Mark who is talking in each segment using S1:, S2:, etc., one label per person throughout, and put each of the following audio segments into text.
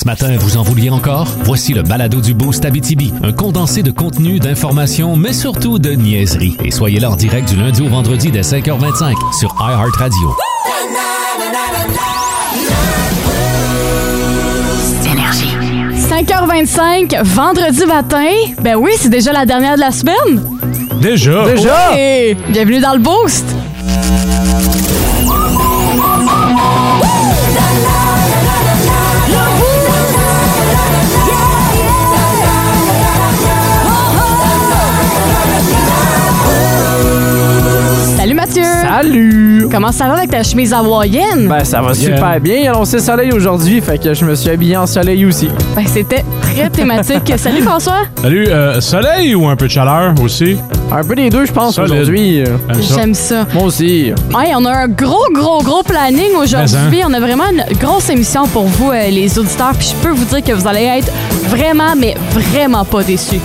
S1: Ce matin, vous en vouliez encore? Voici le balado du Boost Abitibi, un condensé de contenu, d'informations, mais surtout de niaiseries. Et soyez là en direct du lundi au vendredi dès 5h25 sur iHeartRadio.
S2: Énergie. 5h25, vendredi matin. Ben oui, c'est déjà la dernière de la semaine.
S3: Déjà!
S2: Ouais. Bienvenue dans le Boost. Salut Mathieu.
S4: Salut!
S2: Comment ça va avec ta chemise hawaïenne?
S4: Ben, ça va
S3: Yeah.
S4: super bien. Il a annoncé soleil aujourd'hui, fait que je me suis habillé en soleil aussi.
S2: Ben, C'était très thématique. Salut François.
S3: Salut, euh, soleil ou un peu de chaleur aussi?
S4: Un peu des deux, je pense,
S3: Solide.
S4: aujourd'hui.
S3: J'aime ça.
S2: J'aime ça.
S4: Moi aussi.
S2: Ouais, on a un gros, gros, gros planning aujourd'hui.
S3: Mais, hein.
S2: On a vraiment une grosse émission pour vous, euh, les auditeurs. Puis je peux vous dire que vous allez être vraiment, mais vraiment pas déçus.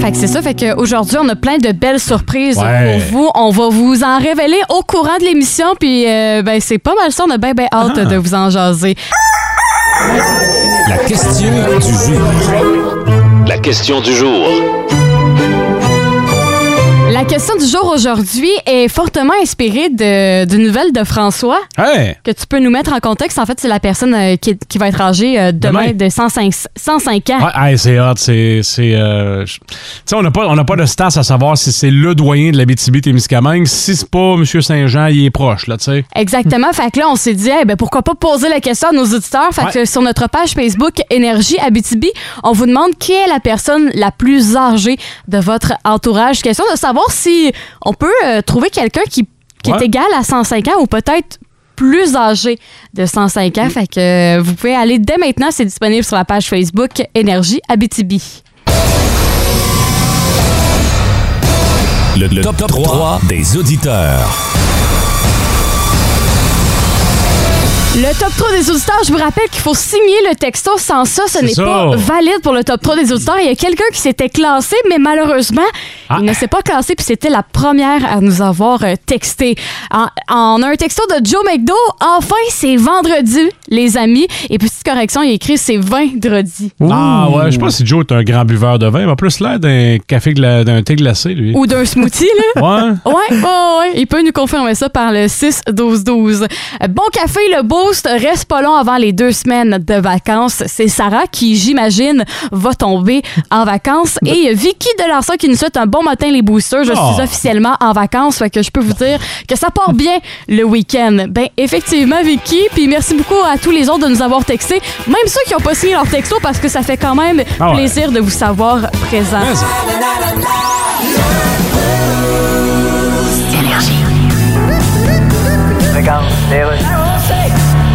S2: Fait que c'est ça, fait qu'aujourd'hui, on a plein de belles surprises
S3: Ouais.
S2: pour vous. On va vous en révéler au courant de l'émission, puis euh, ben, c'est pas mal ça, on a bien, bien hâte
S3: Ah.
S2: de vous en jaser.
S1: La question du jour. La question du jour.
S2: La question du jour aujourd'hui est fortement inspirée de- d'une nouvelle de François
S3: Hey!
S2: que tu peux nous mettre en contexte. En fait, c'est la personne euh, qui, qui va être âgée euh, demain,
S3: Demain.
S2: de 105, 105 ans.
S3: Ouais, hey, c'est hot, c'est. c'est, euh, je- tu sais, on n'a pas, on n'a pas de stats à savoir si c'est le doyen de la BTB-Témiscamingue. Si c'est pas M. Saint-Jean, il est proche, là, tu sais.
S2: Exactement. Fait que là, on s'est dit, eh ben, pourquoi pas poser la question à nos auditeurs? Fait que sur notre page Facebook Énergie Abitibi, on vous demande qui est la personne la plus âgée de votre entourage. Question de savoir si on peut euh, trouver quelqu'un qui, qui
S3: Ouais.
S2: est égal à 105 ans ou peut-être plus âgé de 105 ans. Fait que euh, vous pouvez aller dès maintenant. C'est disponible sur la page Facebook Énergie Abitibi.
S1: Le, le top, 3, des auditeurs.
S2: Le top 3 des auditeurs, je vous rappelle qu'il faut signer le texto. Sans ça, ce
S3: C'est
S2: n'est
S3: ça.
S2: pas valide pour le top 3 des auditeurs. Il y a quelqu'un qui s'était classé, mais malheureusement,
S3: Ah.
S2: il ne s'est pas classé, puis c'était la première à nous avoir euh, texté. En, en un texto de Joe McDo, enfin, c'est vendredi, les amis. Et petite correction, il écrit c'est vendredi.
S3: Ah ouais, je sais pas si Joe est un grand buveur de vin. Il va plus l'air d'un café, gla- d'un thé glacé, lui.
S2: Ou d'un smoothie, là.
S3: Ouais.
S2: Ouais, ouais, ouais, il peut nous confirmer ça par le 6-12-12. Euh, Bon café, le boost, reste pas long avant les deux semaines de vacances. C'est Sarah qui, j'imagine, va tomber en vacances. Et il y a Vicky Delarson qui nous souhaite un bon matin, les boosters. Je
S3: Oh.
S2: suis officiellement en vacances, fait que je peux vous dire que ça part bien le week-end. Ben, effectivement, Vicky, puis merci beaucoup à tous les autres de nous avoir texté, même ceux qui n'ont pas signé leur texto, parce que ça fait quand même
S3: Ah ouais.
S2: plaisir de vous savoir présent.
S3: Mais-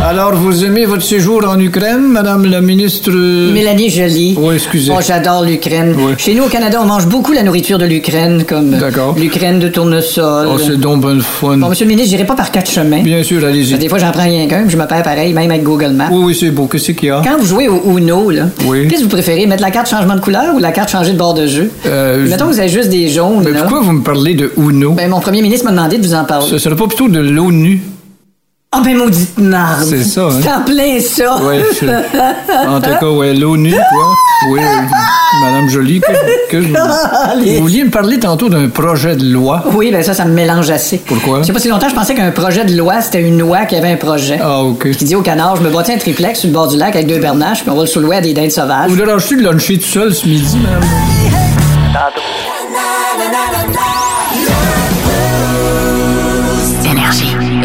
S5: Alors, vous aimez votre séjour en Ukraine, Madame la ministre euh,
S6: Mélanie Jolie.
S5: Oui, excusez.
S6: Oh, j'adore l'ükraine
S5: Oui.
S6: Chez nous au Canada, on mange beaucoup la nourriture de l'Ukraine, comme euh,
S5: D'accord.
S6: l'Ukraine de tournesol.
S5: Oh, c'est donc bonne fun.
S6: bon, monsieur le ministre, j'irai pas par quatre chemins.
S5: Bien sûr, allez-y.
S6: Des fois, j'en prends rien qu'un, puis je me perds pareil, même avec Google Maps.
S5: Oui, oui, c'est beau. Qu'est-ce qu'il y a?
S6: Quand vous jouez au Uno, là,
S5: Oui.
S6: qu'est-ce que vous préférez, mettre la carte changement de couleur ou la carte changer de bord de jeu?
S5: Euh, je-
S6: Mettons que vous avez juste des jaunes,
S5: Mais
S6: là.
S5: pourquoi vous me parlez de UNO?
S6: Ben, mon premier ministre m'a demandé de vous en
S5: Ce
S6: parler.
S5: serait pas plutôt de l'ONU?
S6: Ah, ben, maudite narde!
S5: C'est ça, hein?
S6: C'est en plein ça!
S5: Ouais, je- en tout cas, ouais, l'ONU, quoi. Oui, euh, Madame Jolie, que, que-
S6: Ah, Allez.
S5: Vous vouliez me parler tantôt d'un projet de loi.
S6: Oui, ben ça, ça me mélange assez.
S5: Pourquoi?
S6: Je sais pas si longtemps, je pensais qu'un projet de loi, c'était une loi qui avait un projet.
S5: Ah, OK.
S6: Qui dit au canard, je me bâtis un triplex sur le bord du lac avec deux bernaches, puis on roule sous le web des dindes sauvages.
S5: Vous dérange-tu de luncher tout seul ce midi, Madame?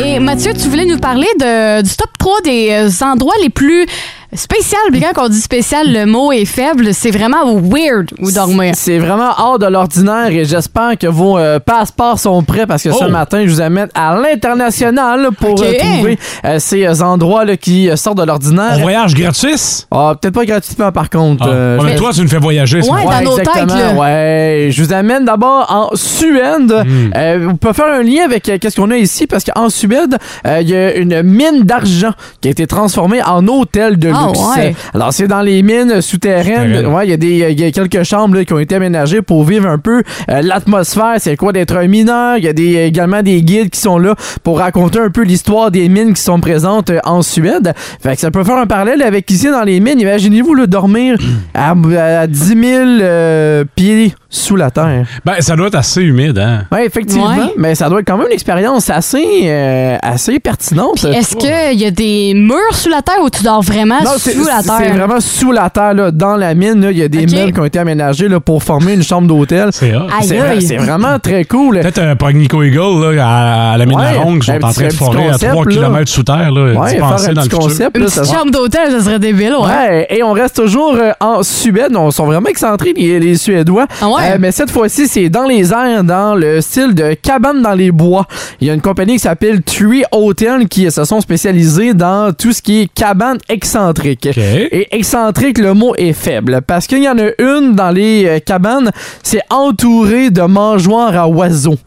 S2: Et Mathieu, tu voulais nous parler de, du top 3 des euh, endroits les plus spéciaux. Puis quand on dit spécial, le mot est faible. C'est vraiment weird où dormir.
S4: C'est vraiment hors de l'ordinaire et j'espère que vos euh, passeports sont prêts parce que ce
S3: Oh.
S4: matin, je vous amène à l'international pour
S2: Ok.
S4: euh, trouver euh, ces euh, endroits là, qui euh, sortent de
S3: On
S4: l'ordinaire.
S3: voyage gratis?
S4: Ah, peut-être pas gratuitement par contre.
S3: Ah.
S4: euh,
S3: Ouais, mais
S4: je-
S3: toi, tu nous fais voyager, c'est
S2: Ouais,
S3: vrai.
S2: dans nos têtes,
S4: exactement,
S2: là.
S4: Ouais, je vous amène d'abord en Suède.
S5: Hmm.
S4: Euh, on peut faire un lien avec euh, qu'est-ce qu'on a ici parce qu'en Suède, euh, il y a une mine d'argent qui a été transformée en hôtel de
S2: Ah, Ah,
S4: Puis c'est-
S2: ouais.
S4: Alors, c'est dans les mines
S3: Souterraines.
S4: souterraines. Ouais, il y a des il y a quelques chambres là, qui ont été aménagées pour vivre un peu euh, l'atmosphère, c'est quoi d'être un mineur. Il y a des, également des guides qui sont là pour raconter un peu l'histoire des mines qui sont présentes euh, en Suède. Fait que ça peut faire un parallèle avec ici dans les mines. Imaginez-vous le dormir à, à 10 000 euh, pieds sous la terre.
S3: Ben, ça doit être assez humide, hein?
S4: Oui, effectivement.
S2: Ouais.
S4: Mais ça doit être quand même une expérience assez, euh, assez pertinente.
S2: Est-ce qu'il y a des murs sous la terre ou tu dors vraiment
S4: Non, c'est
S2: Ah, sous la
S4: c'est- c'est
S2: terre?
S4: vraiment sous la terre, là, dans la mine. là. Il y a des
S2: Ok.
S4: meubles qui ont été aménagés là, pour former une chambre d'hôtel.
S3: C'est hot.
S2: Aïe,
S4: C'est vrai-
S2: aïe.
S4: c'est vraiment très cool.
S3: Peut-être un Pognico Eagle là, à, à la mine de la
S4: Ouais,
S3: Ronde qui sont
S4: un
S3: en
S4: petit-
S3: train
S4: un
S3: de
S4: petit
S3: forer à
S4: concept,
S3: 3
S4: là.
S3: km sous terre. Là,
S4: Ouais,
S3: d'y
S4: faire un
S3: penser dans
S4: petit
S3: le futur.
S4: concept.
S2: Une
S4: là,
S2: petite
S4: ça-
S2: chambre d'hôtel, ça serait débile, ouais.
S4: Ouais, et on reste toujours euh, en Suède. On sont vraiment excentrés, les, les Suédois.
S2: Ah ouais?
S4: Euh, mais cette fois-ci, c'est dans les airs, dans le style de cabane dans les bois. Il y a une compagnie qui s'appelle Tree Hotel qui se sont spécialisés dans tout ce qui est cabane excentrique.
S3: OK.
S4: Et excentrique, le mot est faible parce qu'il y en a une dans les euh, cabanes, c'est entouré de mangeoires à oiseaux.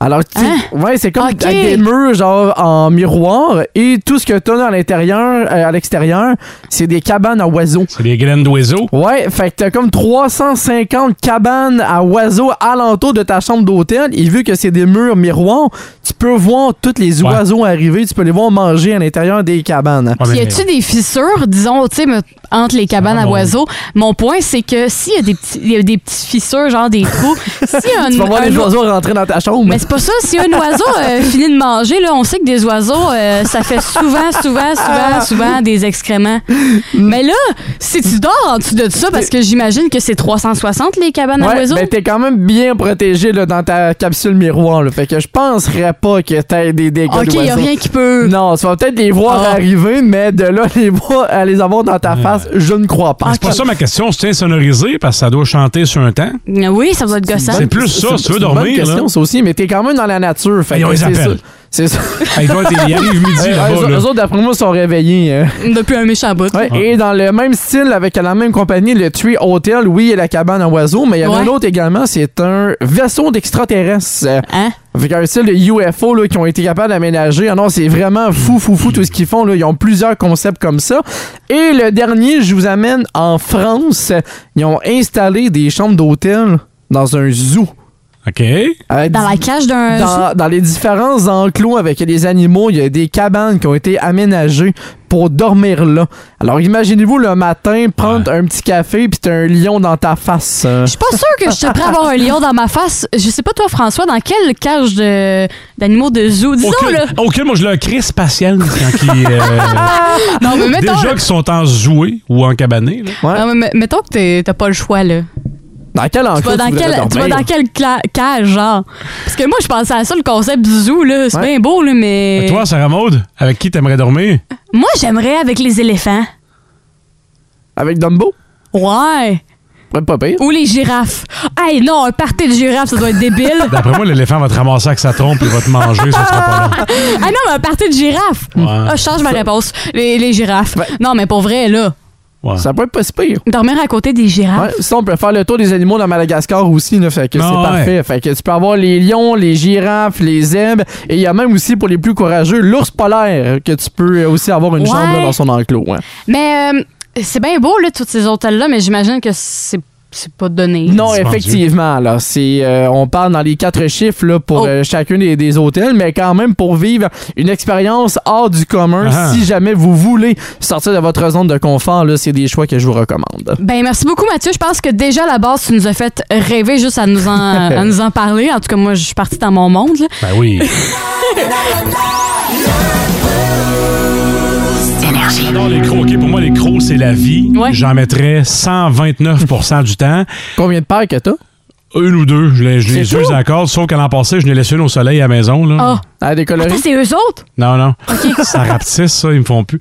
S4: Alors, tu sais,
S2: Hein?
S4: ouais, c'est comme
S2: Ok.
S4: avec des murs genre en miroir et tout ce que t'as dans l'intérieur, euh, à l'extérieur, c'est des cabanes à oiseaux.
S3: C'est des graines d'oiseaux.
S4: Ouais, fait que t'as comme 350 cabanes à oiseaux alentour de ta chambre d'hôtel et vu que c'est des murs miroirs, tu peux voir tous les
S3: Ouais.
S4: oiseaux arriver, tu peux les voir manger à l'intérieur des cabanes.
S3: Ouais,
S2: Puis y
S3: mais-
S2: a-tu des fissures, disons, tu sais, me- entre les cabanes
S3: Ah,
S2: à
S3: mon-
S2: oiseaux? Mon point, c'est que s'il y a des petits, il y a des petites fissures, genre des trous, si un,
S4: Tu vas voir
S2: un
S4: les
S2: o-
S4: oiseaux rentrer dans ta chambre.
S2: mais c'est pas ça, si un oiseau euh, finit de manger, là, on sait que des oiseaux, euh, ça fait souvent, souvent,
S4: Ah.
S2: souvent, souvent des excréments. Mais là, si tu dors en dessous de ça, parce que j'imagine que c'est 360 les cabanes à
S4: Ouais,
S2: oiseaux.
S4: mais t'es quand même bien protégé là, dans ta capsule miroir. Là, fait que je penserais pas que t'aies des dégâts
S2: ok, il y a
S4: d'oiseaux.
S2: rien qui peut.
S4: Non, tu vas peut-être les voir
S2: Ah.
S4: arriver, mais de là, les voir à les avoir dans ta face, je ne crois pas.
S3: C'est pas ça ma question. C'est insonorisé parce que ça doit chanter sur un temps.
S2: Oui, ça doit être gossant.
S3: C'est plus ça, si tu
S4: C'est une
S3: veux
S4: bonne
S3: dormir. là.
S4: question, ça aussi, mais t'es quand même dans la nature. Fait
S3: Ils ont
S4: que
S3: les
S4: c'est
S3: appels.
S4: ça. C'est ça.
S3: Hey, toi, t'es- Il arrive midi
S4: Ouais, eux,
S3: là-bas. là.
S4: eux autres, d'après moi, sont réveillés. hein.
S2: Depuis un méchant bout.
S4: Ouais,
S3: Ah.
S4: Et dans le même style, avec la même compagnie, le Tree Hotel, oui, et la cabane à oiseaux, mais il y en a
S2: Ouais.
S4: un autre également, c'est un vaisseau d'extraterrestres. Euh,
S2: Hein?
S4: Avec un style de UFO là, qui ont été capables d'aménager. Ah non, c'est vraiment fou, fou, fou tout ce qu'ils font. Là. Ils ont plusieurs concepts comme ça. Et le dernier, je vous amène en France. Ils ont installé des chambres d'hôtel dans un zoo.
S3: OK.
S4: Avec
S2: Dans la cage d'un.
S4: dans, dans les différents enclos avec les animaux, il y a des cabanes qui ont été aménagées pour dormir là. Alors imaginez-vous le matin prendre un petit café puis t'as un lion dans ta face. euh.
S2: Je suis pas sûre que je te prêt à avoir un lion dans ma face. Je sais pas toi, François, dans quelle cage de- d'animaux de, zoo? Disons,
S3: Aucune-
S2: là.
S3: Aucune, moi, je l'ai un cri spatial quand il.
S2: Non, mais mettons,
S3: déjà qu'ils sont en joué ou en cabané. là.
S4: Ouais.
S2: Non, mais mettons que t'es- t'as pas le choix, là.
S4: Dans quel enclos
S2: Tu vas dans,
S4: voudrais
S2: quel, tu vas
S4: dormir?
S2: dans quelle cla- cage, genre? Parce que moi, je pensais à ça, le concept du zoo, là. C'est
S4: Ouais.
S2: bien beau, là, mais.
S3: Et Toi, Sarah Maud, avec qui t'aimerais dormir?
S2: Moi, j'aimerais avec les éléphants.
S4: Avec Dumbo?
S2: Ouais.
S4: Ouais, Pas pire.
S2: Ou les girafes. Hey, non, un party de girafes, ça doit être débile.
S3: D'après moi, l'éléphant va te ramasser avec sa trompe et va te manger, ça sera pas long.
S2: ah non, mais un party de girafes.
S3: Ouais.
S2: Ah, je change ma réponse. Les, les girafes. Non, mais pour vrai, là.
S3: Ouais.
S4: Ça peut être pas si pire.
S2: Dormir à côté des girafes.
S4: Ouais, ça, on peut faire le tour des animaux dans Madagascar aussi, là, fait que
S3: Ah
S4: c'est
S3: ouais.
S4: parfait. Fait que tu peux avoir les lions, les girafes, les zèbres, et il y a même aussi, pour les plus courageux, l'ours polaire, que tu peux aussi avoir une
S2: Ouais.
S4: chambre là, dans son enclos. hein. ouais.
S2: Mais euh, c'est bien beau, là, tous ces hôtels-là, mais j'imagine que c'est c'est pas donné.
S4: Non,
S3: Dispendieux.
S4: effectivement. Là, c'est, euh, on parle dans les quatre chiffres là, pour
S2: Oh.
S4: euh, chacun des, des hôtels, mais quand même pour vivre une expérience hors du commun,
S3: Ah.
S4: si jamais vous voulez sortir de votre zone de confort, là, c'est des choix que je vous recommande.
S2: Ben merci beaucoup Mathieu. Je pense que déjà à la base tu nous as fait rêver juste à nous en, à nous en parler. En tout cas moi je suis partie dans mon monde. là.
S3: Ben oui. J'adore les crocs. OK, pour moi, les crocs, c'est la vie.
S2: Ouais.
S3: J'en mettrais 129 du temps.
S4: Combien de paires que t'as?
S3: Une ou deux, je les, je les
S4: C'est
S3: use
S4: tout?
S3: encore, sauf qu'à l'an passé, je les laissé une au soleil à la maison. Là.
S2: Ah
S4: À décolorer?
S2: Attends, c'est eux autres.
S3: Non, non. Ça rapetisse, ça, ils me font plus.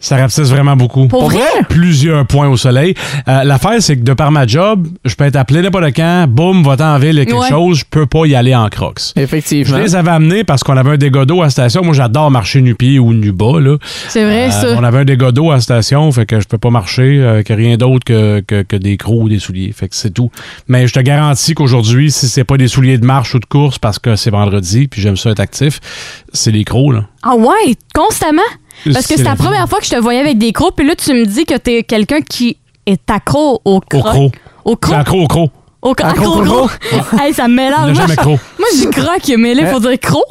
S3: Ça rapetisse vraiment beaucoup.
S2: Pour vrai?
S3: Plusieurs points au soleil. Euh, L'affaire, c'est que de par ma job, je peux être appelé n'importe quand, boum, va-t'en en ville, et quelque
S2: Ouais.
S3: chose, je peux pas y aller en crocs. Je
S4: Effectivement.
S3: les avais amenés parce qu'on avait un dégât d'eau à la station. Moi, j'adore marcher nu-pied ou nu-bas. là.
S2: C'est vrai
S3: Euh,
S2: ça.
S3: on avait un dégât d'eau à la station, fait que je peux pas marcher euh, avec rien d'autre que, que, que des crocs ou des souliers. Fait que c'est tout. Mais je te garantis qu'aujourd'hui, si c'est pas des souliers de marche ou de course parce que c'est vendredi, puis j'aime ça être actif, c'est les crocs, là.
S2: Ah ouais, constamment. Parce que c'est la première fois que je te voyais avec des crocs, puis là, tu me dis que t'es quelqu'un qui est accro au
S3: Au
S2: croc.
S3: croc.
S2: Au
S3: C'est
S2: croc.
S3: accro au croc.
S2: Au croc.
S4: Accro,
S2: Accro,
S4: croc.
S2: croc. Hey, ça me
S3: Il
S2: mélange.
S3: n'a
S2: Moi,
S3: jamais croc.
S2: je- moi, je dis croc, mais là, il faut dire croc.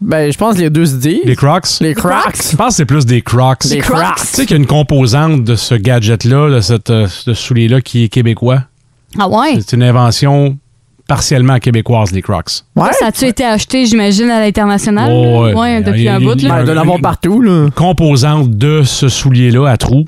S4: Ben, je pense les deux se disent.
S3: Les crocs.
S4: Les
S3: Je
S4: Crocs.
S3: pense que c'est plus des crocs.
S4: Des
S3: Tu
S4: Crocs.
S3: sais qu'il y a une composante de ce gadget-là, de cette, euh, ce soulier-là qui est québécois.
S2: Ah ouais?
S3: C'est une invention partiellement québécoise, les crocs.
S4: Ouais.
S2: Ça a-tu été acheté, j'imagine, à l'international?
S3: Ouais,
S2: là?
S3: ouais.
S2: ouais, depuis
S3: Il-
S2: un bout.
S3: il-
S2: Là.
S4: Ben, de l'avoir partout, là.
S3: Composante de ce soulier-là à trous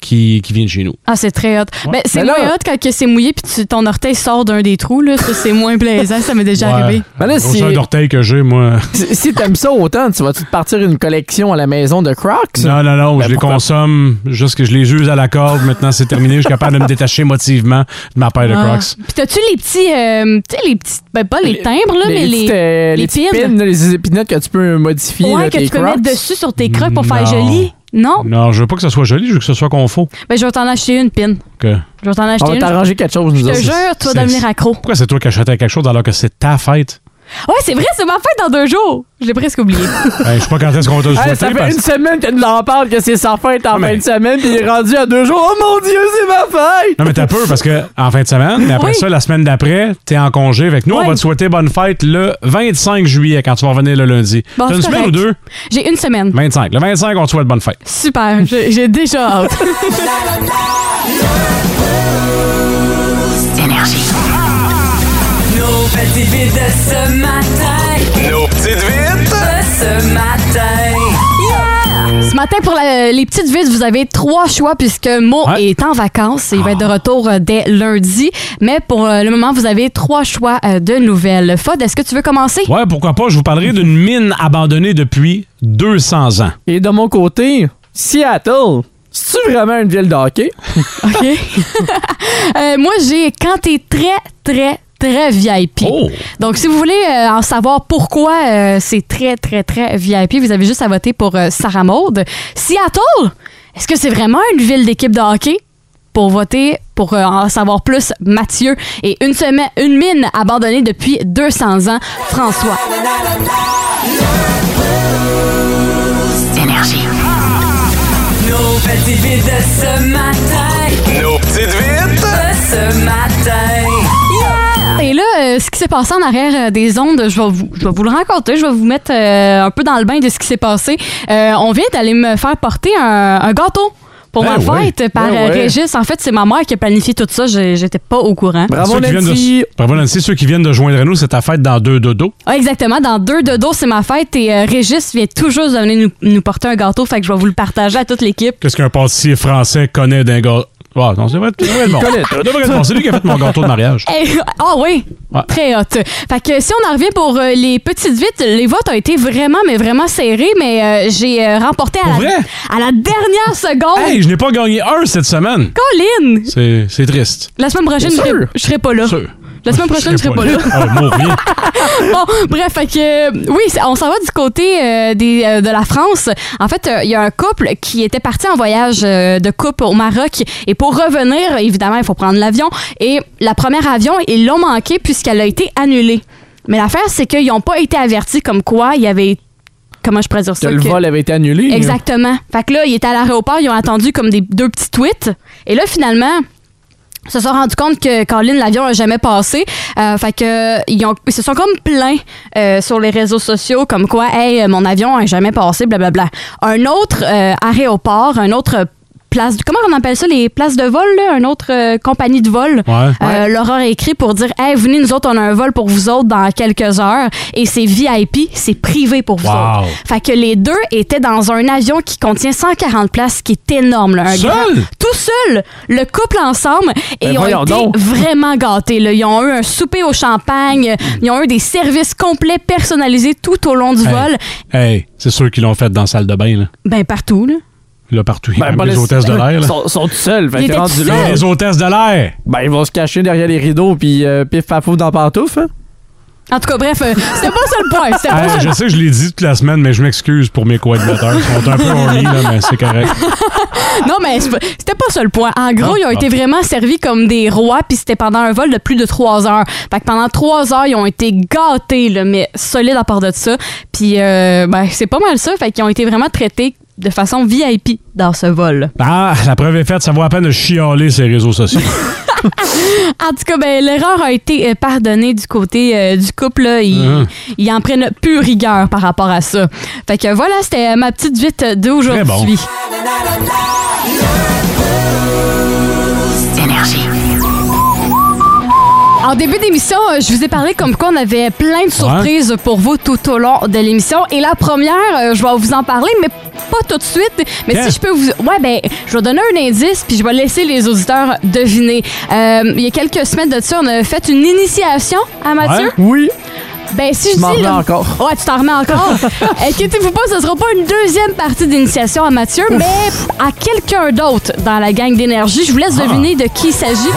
S3: qui, qui vient de chez nous.
S2: Ah, c'est très hot. Ben, c'est
S4: Mais là-
S2: moins hot quand que c'est mouillé puis tu- ton orteil sort d'un des trous. Là. Ça, c'est moins plaisant. Ça m'est déjà arrivé.
S4: Ben là,
S3: c'est
S4: si-
S3: un d'orteil que j'ai, moi.
S4: Si si t'aimes ça autant, tu vas-tu te partir une collection à la maison de Crocs?
S3: Non, non, non,
S4: Ben,
S3: je les
S4: pourquoi-
S3: consomme juste que je les use à la corde. Maintenant, c'est terminé. Je suis capable de me détacher motivement de ma paire de
S2: Ah.
S3: crocs.
S2: Puis t'as-tu les petits... euh, tu sais, les petits... Ben, pas les timbres, là, mais les...
S4: petites, euh, les,
S2: les
S4: petites
S2: pins.
S4: pins, là, les épinettes que tu peux modifier,
S2: ouais,
S4: là,
S2: que
S4: tes
S2: tu peux
S4: Crocs.
S2: mettre dessus sur tes crocs pour faire
S3: Non.
S2: joli. Non?
S3: Non, je veux pas que ce soit joli, je veux que ce soit confort.
S2: Ben, je vais t'en acheter une, pin.
S3: Que...
S2: Je vais t'en
S4: On
S2: acheter
S4: va
S2: une. Je
S4: t'arranger quelque chose, nous
S2: te
S4: autres.
S2: jure, tu vas
S3: c'est-
S2: devenir accro.
S3: Pourquoi c'est toi qui achetais quelque chose alors que c'est ta fête?
S2: Ouais, c'est vrai, c'est ma fête dans deux jours. Je l'ai presque oublié.
S3: Ben, je sais pas quand est-ce qu'on va te le
S4: Hey,
S3: souhaiter.
S4: ça fait
S3: parce-
S4: une semaine que nous en parle que c'est sa fête en
S3: Ouais, mais-
S4: fin de semaine, puis il est rendu à deux jours. Oh mon Dieu, c'est ma fête!
S3: Non, mais t'as peur parce que en fin de semaine, mais après
S2: Oui.
S3: ça, la semaine d'après, t'es en congé avec nous.
S2: Ouais.
S3: On va te souhaiter bonne fête le 25 juillet quand tu vas revenir le lundi.
S2: Bon,
S3: T'as une
S2: c'est
S3: semaine ou
S2: correct.
S3: deux?
S2: J'ai une semaine.
S3: 25. Le 25, on te souhaite bonne fête.
S2: Super, j'ai j'ai déjà hâte.
S7: Nos petites vites de ce matin. Nos petites vites de ce matin. Yeah!
S2: Ce matin, pour la- les petites vites, vous avez trois choix puisque Mo
S3: Ouais.
S2: est en vacances. Il va être de retour euh, dès lundi. Mais pour euh, le moment, vous avez trois choix euh, de nouvelles. Fod, est-ce que tu veux commencer?
S3: Ouais, pourquoi pas? Je vous parlerai d'une mine abandonnée depuis 200 ans.
S4: Et de mon côté, Seattle, c'est-tu vraiment une ville de hockey?
S2: OK. Euh, moi, j'ai quand t'es très, très, très VIP.
S3: Oh!
S2: Donc, si vous voulez euh, en savoir pourquoi euh, c'est très, très, très VIP, vous avez juste à voter pour euh, Sarah Maud. Seattle, est-ce que c'est vraiment une ville d'équipe de hockey? Pour voter, pour euh, en savoir plus, Mathieu. Et une, semaine, une mine abandonnée depuis 200 ans, François.
S7: Nos petites vites de ce matin. Nos petites vites de ce matin. Yeah!
S2: Et là, euh, ce qui s'est passé en arrière euh, des ondes, je vais, vous, je vais vous le raconter, je vais vous mettre euh, un peu dans le bain de ce qui s'est passé. Euh, on vient d'aller me faire porter un, un gâteau. Pour
S3: Ben
S2: ma
S3: oui,
S2: fête, par
S4: ben
S2: euh,
S4: ouais.
S2: Régis. En fait, c'est ma mère qui a planifié tout ça. j'ai- J'étais pas au courant.
S4: Bravo,
S3: Ceux qui viennent de-
S4: Nancy!
S3: Bravo, Nancy. Ceux qui viennent de joindre nous, c'est ta fête dans deux dodo.
S2: Ah, exactement. Dans deux dodos, c'est ma fête. Et euh, Régis vient tout juste de venir nous, nous porter un gâteau. Fait que je vais vous le partager à toute l'équipe.
S3: Qu'est-ce qu'un pâtissier français connaît d'un gars? Ah, non, c'est vrai, c'est vrai le bon.
S4: connaît.
S3: C'est vrai le bon. C'est lui qui a fait mon gâteau de mariage.
S2: Eh, Ah oui,
S3: Ouais.
S2: très hot. Fait que si on en revient pour euh, les petites vites, les votes ont été vraiment, mais vraiment serrés, mais euh, j'ai euh, remporté à
S3: Pour
S2: la,
S3: vrai?
S2: à la dernière seconde.
S3: Hey, je n'ai pas gagné un cette semaine.
S2: Colin!
S3: C'est c'est triste.
S2: La semaine prochaine, je
S4: Sûr.
S2: serai- je serai pas là.
S3: Sûr.
S2: La semaine prochaine, je serai pas là.
S3: Ah, mourir.
S2: bon, bref, fait que, euh, oui, c'est- on s'en va du côté euh, des, euh, de la France. En fait, euh, il y a un couple qui était parti en voyage euh, de couple au Maroc. Et pour revenir, évidemment, il faut prendre l'avion. Et la première avion, ils l'ont manqué puisqu'elle a été annulée. Mais l'affaire, c'est qu'ils n'ont pas été avertis comme quoi il y avait... Comment je pourrais dire
S4: Que
S2: ça?
S4: le
S2: que-
S4: vol avait été annulé.
S2: Exactement. Fait que là, il était à l'aéroport, ils ont attendu comme des deux petits tweets. Et là, finalement, ils se sont rendus compte que Colin, l'avion n'a jamais passé. Euh, fait que euh, ils, ont- ils se sont comme plaints euh, sur les réseaux sociaux, comme quoi, hey, euh, mon avion n'a jamais passé, blablabla. Un autre euh, aéroport, un autre place, comment on appelle ça, les places de vol, là? un autre euh, compagnie de vol.
S3: Ouais.
S2: Euh, Laura a écrit pour dire Hey, venez, nous autres, on a un vol pour vous autres dans quelques heures. Et c'est VIP, c'est privé pour vous
S3: Wow.
S2: autres. Fait que les deux étaient dans un avion qui contient 140 places, ce qui est énorme. là. Un
S3: Seul?
S2: tout seul, le couple ensemble. Et
S4: Ben
S2: ils ont
S4: voyons
S2: été
S4: donc.
S2: vraiment gâtés. Là. Ils ont eu un souper au champagne, ils ont eu des services complets personnalisés tout au long du
S3: Hey.
S2: vol.
S3: Hey, c'est ceux qui l'ont fait dans la salle de bain, là.
S2: Ben, partout. Là.
S3: Là, partout.
S4: Ben,
S3: Même
S4: pas
S3: les hôtesses de l'air, là.
S4: Sont, sont tout seuls. Fait
S2: Ils
S4: que
S2: étaient
S4: rendu
S2: tout
S4: là,
S2: seuls.
S3: Les hôtesses de l'air!
S4: ben, ils vont se cacher derrière les rideaux, puis euh, pif pafou dans pantoufles. hein.
S2: En tout cas, bref, euh, c'était pas ça le point. C'était pas
S3: Hey,
S2: ça
S3: Ah, je
S2: le-
S3: sais que je l'ai dit toute la semaine, mais je m'excuse pour mes co-animateurs. Ils sont un peu horny, là, mais c'est correct.
S2: Non, mais c'est pas- c'était pas ça le point. En gros,
S3: Ah,
S2: ils ont
S3: ah.
S2: été vraiment servis comme des rois, puis c'était pendant un vol de plus de trois heures. Fait que pendant trois heures, ils ont été gâtés, là, mais solides à part de ça. Puis, euh, ben, c'est pas mal ça. Fait qu'ils ont été vraiment traités de façon VIP dans ce vol.
S3: Ah, la preuve est faite, ça vaut à peine de chialer ces réseaux sociaux.
S2: En tout cas, ben, l'erreur a été euh, pardonnée du côté euh, du couple. là. Ils,
S3: Hein.
S2: ils en prennent plus rigueur par rapport à ça. Fait que voilà, c'était euh, ma petite vite d'aujourd'hui.
S3: Très bon.
S2: En début d'émission, euh, je vous ai parlé comme quoi on avait plein de surprises pour vous tout au long de l'émission. Et la première, euh, je vais vous en parler, mais pas tout de suite. Mais
S3: Tiens.
S2: si je peux vous... Ouais, ben, je vais donner un indice, puis je vais laisser les auditeurs deviner. Euh, il y a quelques semaines de ça, on a fait une initiation à Mathieu.
S4: Oui,
S2: Ben, si je
S4: je m'en
S2: dis...
S4: remets
S2: le-
S4: encore.
S2: Ouais, tu t'en remets encore. Inquiétez-vous pas, ce sera pas une deuxième partie d'initiation à Mathieu, mais à quelqu'un d'autre dans la gang d'énergie. Je vous
S4: Ah.
S2: laisse deviner de qui il s'agit.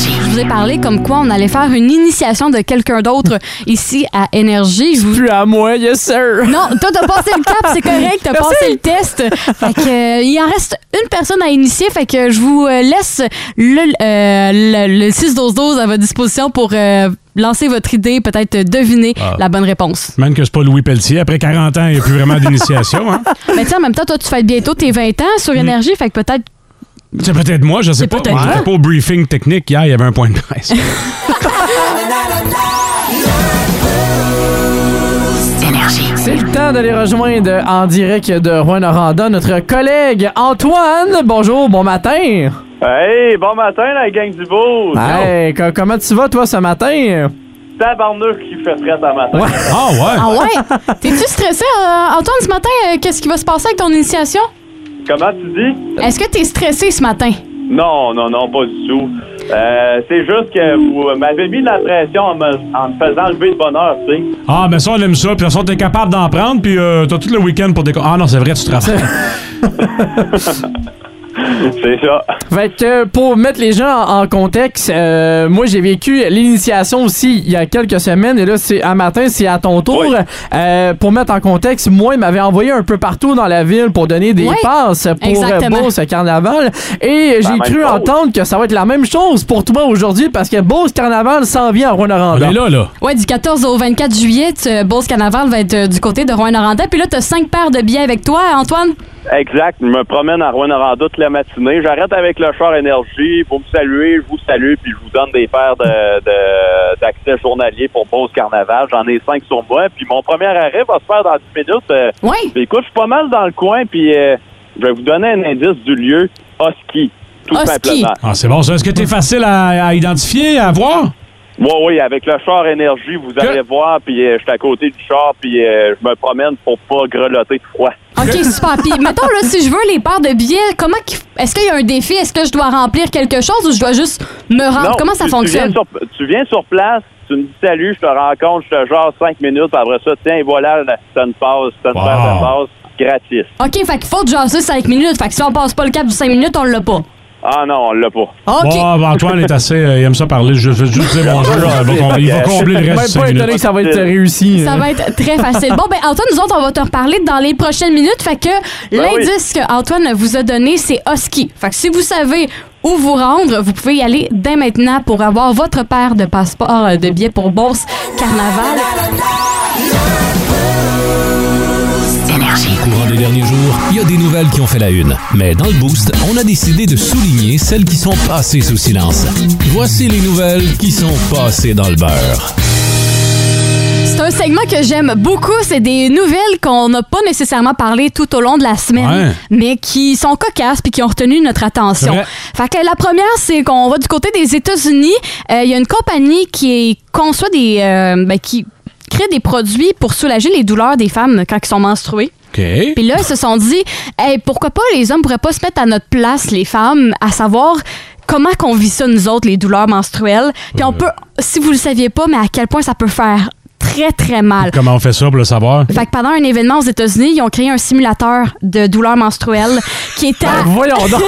S2: Je vous ai parlé comme quoi on allait faire une initiation de quelqu'un d'autre ici à Énergie. Je vous-
S4: Plus à moi, yes sir.
S2: Non, toi, t'as passé le cap, c'est correct, t'as
S4: Merci.
S2: passé le test. Fait que, euh, il en reste une personne à initier, fait que je vous euh, laisse le, euh, le, 6-12-12 à votre disposition pour euh, lancer votre idée, peut-être deviner la bonne réponse.
S3: Même que c'est pas Louis Pelletier. Après 40 ans, il n'y a plus vraiment d'initiation. Hein?
S2: Mais tiens, en même temps, toi, tu fêtes bientôt tes 20 ans sur Énergie, fait que peut-être
S3: C'est peut-être moi, je sais
S2: C'est
S3: pas.
S2: peut-être
S3: Moi,
S2: toi.
S3: J'étais pas au briefing technique. Hier, il y avait un point de presse.
S4: C'est le temps d'aller rejoindre en direct de Rouen Noranda notre collègue Antoine. Bonjour, bon matin.
S8: Hey, bon matin, la gang du beau!
S4: Hey, co- comment tu vas toi ce matin?
S8: Tabarnouche qui fait fret à matin.
S4: Ouais.
S3: Ah ouais?
S2: Ah ouais? T'es-tu stressé, euh, Antoine, ce matin? Euh, Qu'est-ce qui va se passer avec ton initiation?
S8: Comment tu dis?
S2: Est-ce que t'es stressé ce matin?
S8: Non, non, non, pas du tout. Euh, c'est juste que vous m'avez mis de la pression en me, en me faisant lever de bonheur, tu sais.
S3: Ah, ben ça, on aime ça. Puis de toute façon, t'es capable d'en prendre. Puis euh, t'as tout le week-end pour déco. Ah non, c'est vrai, tu travailles.
S8: C'est ça.
S4: Fait que euh, pour mettre les gens en en contexte, euh, moi j'ai vécu l'initiation aussi il y a quelques semaines et là c'est un matin c'est à ton tour.
S8: Oui.
S4: Euh, pour mettre en contexte, moi il m'avait envoyé un peu partout dans la ville pour donner des
S2: Oui.
S4: passes pour euh,
S2: Exactement.
S4: Beauce Carnaval et
S8: La
S4: j'ai
S8: même
S4: cru
S8: chose.
S4: entendre que ça va être la même chose pour toi aujourd'hui parce que Beauce Carnaval s'en vient à Rouen
S3: On est là, là.
S2: Ouais, du 14 au 24 juillet, tu- Beauce Canaval va être euh, du côté de Rouen-Noranda. Puis là, t'as cinq paires de billets avec toi, Antoine.
S8: Exact. Je me promène à Rouen-Noranda toute la matinée. J'arrête avec le char énergie. Vous me saluez, je vous salue, puis je vous donne des paires de- de- d'accès journalier pour Beauce Carnaval. J'en ai cinq sur moi. Puis mon premier arrêt va se faire dans 10 minutes. euh,
S2: Oui.
S8: Puis Écoute, je suis pas mal dans le coin, puis euh, je vais vous donner un indice du lieu, Oski, tout
S2: Oski.
S8: simplement.
S3: Ah, c'est bon ça. Est-ce que t'es facile à, à identifier, à voir?
S8: Oui, oui, avec le char énergie, vous allez voir, puis euh, je suis à côté du char, puis euh, je me promène pour pas grelotter de froid.
S2: OK, super. Puis mettons, là, si je veux les paires de billets, comment. qu'il- Est-ce qu'il y a un défi? Est-ce que je dois remplir quelque chose ou je dois juste me rendre?
S8: Non,
S2: Ah, comment ça
S8: tu-
S2: fonctionne?
S8: Tu viens, sur, tu viens sur place, tu me dis salut, je te rencontre, je te genre cinq minutes, puis après ça, tiens, et voilà, ça ne passe, ça ne
S3: Wow.
S8: passe, gratis.
S2: OK, fait qu'il faut jaser 5 minutes. Fait que si on passe pas le cap du 5 minutes, on l'a pas.
S8: Ah non, on l'a pas.
S2: OK.
S3: Ouais, ben, Antoine est assez. euh, il aime ça parler. Je veux juste dire bonjour. euh, bon, on- il va combler le
S4: Même
S3: reste
S4: pas
S3: de cinq
S4: étonné
S3: minutes.
S4: que ça va être réussi.
S2: Ça
S4: hein.
S2: va être très facile. Bon, ben Antoine, nous autres, on va te reparler dans les prochaines minutes. Fait que l'indice que Antoine vous a donné, c'est Oski. Fait que si vous savez où vous rendre, vous pouvez y aller dès maintenant pour avoir votre paire de passeports euh, de billets pour Bourse Carnaval.
S1: Au courant des derniers jours, il y a des nouvelles qui ont fait la une. Mais dans le Boost, on a décidé de souligner celles qui sont passées sous silence. Voici les nouvelles qui sont passées dans le beurre.
S2: C'est un segment que j'aime beaucoup. C'est des nouvelles qu'on n'a pas nécessairement parlé tout au long de la semaine,
S3: Ouais.
S2: mais qui sont cocasses puis qui ont retenu notre attention.
S3: C'est vrai.
S2: Fait que la première, c'est qu'on va du côté des États-Unis. Euh, Il y a une compagnie qui est- conçoit des. euh, ben, qui crée des produits pour soulager les douleurs des femmes quand elles sont menstruées.
S3: OK.
S2: Puis là, ils se sont dit, hey, pourquoi pas les hommes pourraient pas se mettre à notre place, les femmes, à savoir comment qu'on vit ça, nous autres, les douleurs menstruelles. Puis on peut, si vous le saviez pas, mais à quel point ça peut faire très, très mal.
S3: Comment on fait ça pour le savoir?
S2: Fait que pendant un événement aux États-Unis, ils ont créé un simulateur de douleurs menstruelles qui est, à-
S4: Voyons donc.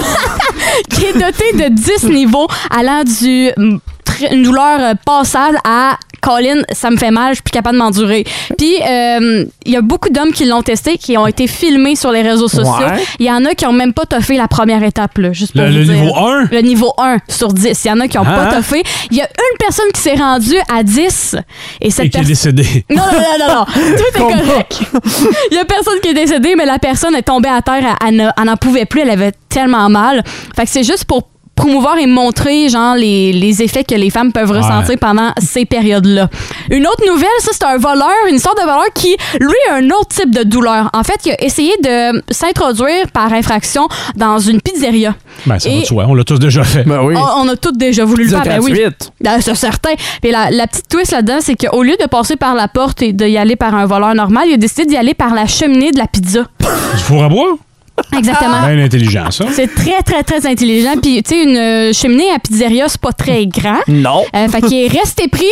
S2: qui est doté de 10 niveaux allant du mm, très- une douleur euh, passable à Colin, ça me fait mal, je suis plus capable de m'endurer. Puis, euh, il y a beaucoup d'hommes qui l'ont testé, qui ont été filmés sur les réseaux sociaux.
S4: Ouais.
S2: Il y en a qui ont même pas toffé la première étape, là, juste pour
S3: Le,
S2: vous
S3: le
S2: dire.
S3: niveau 1?
S2: Le niveau 1 sur 10. Il y en a qui ont
S3: Ah.
S2: pas toffé. Il y a une personne qui s'est rendue à 10 et cette
S3: Et qui est
S2: personne.
S3: décédé.
S2: Non, non, non, non, non. Tout est
S4: Combat.
S2: correct. Il y a personne qui est décédée, mais la personne est tombée à terre. Elle ne- elle n'en pouvait plus. Elle avait tellement mal. Fait que c'est juste pour promouvoir et montrer genre les, les effets que les femmes peuvent ressentir pendant ces périodes-là. Une autre nouvelle, ça c'est un voleur, une sorte de voleur qui lui a un autre type de douleur. En fait, il a essayé de s'introduire par infraction dans une pizzeria.
S3: Ben, ça va
S2: Et-
S3: de soi. On l'a tous déjà fait.
S4: Ben oui.
S2: On, on a toutes déjà voulu le
S4: Pizza
S2: faire, Ah, ben oui.
S4: gratuite.
S2: Ah, c'est certain. Puis la, la petite twist là-dedans, c'est qu'au lieu de passer par la porte et d'y aller par un voleur normal, il a décidé d'y aller par la cheminée de la pizza.
S3: Du four à bois?
S2: Exactement.
S3: Ben intelligent, ça.
S2: C'est très, très, très intelligent. Puis, tu sais, une euh, cheminée à pizzeria, c'est pas très grand.
S4: Non.
S2: Euh, fait qu'il est resté pris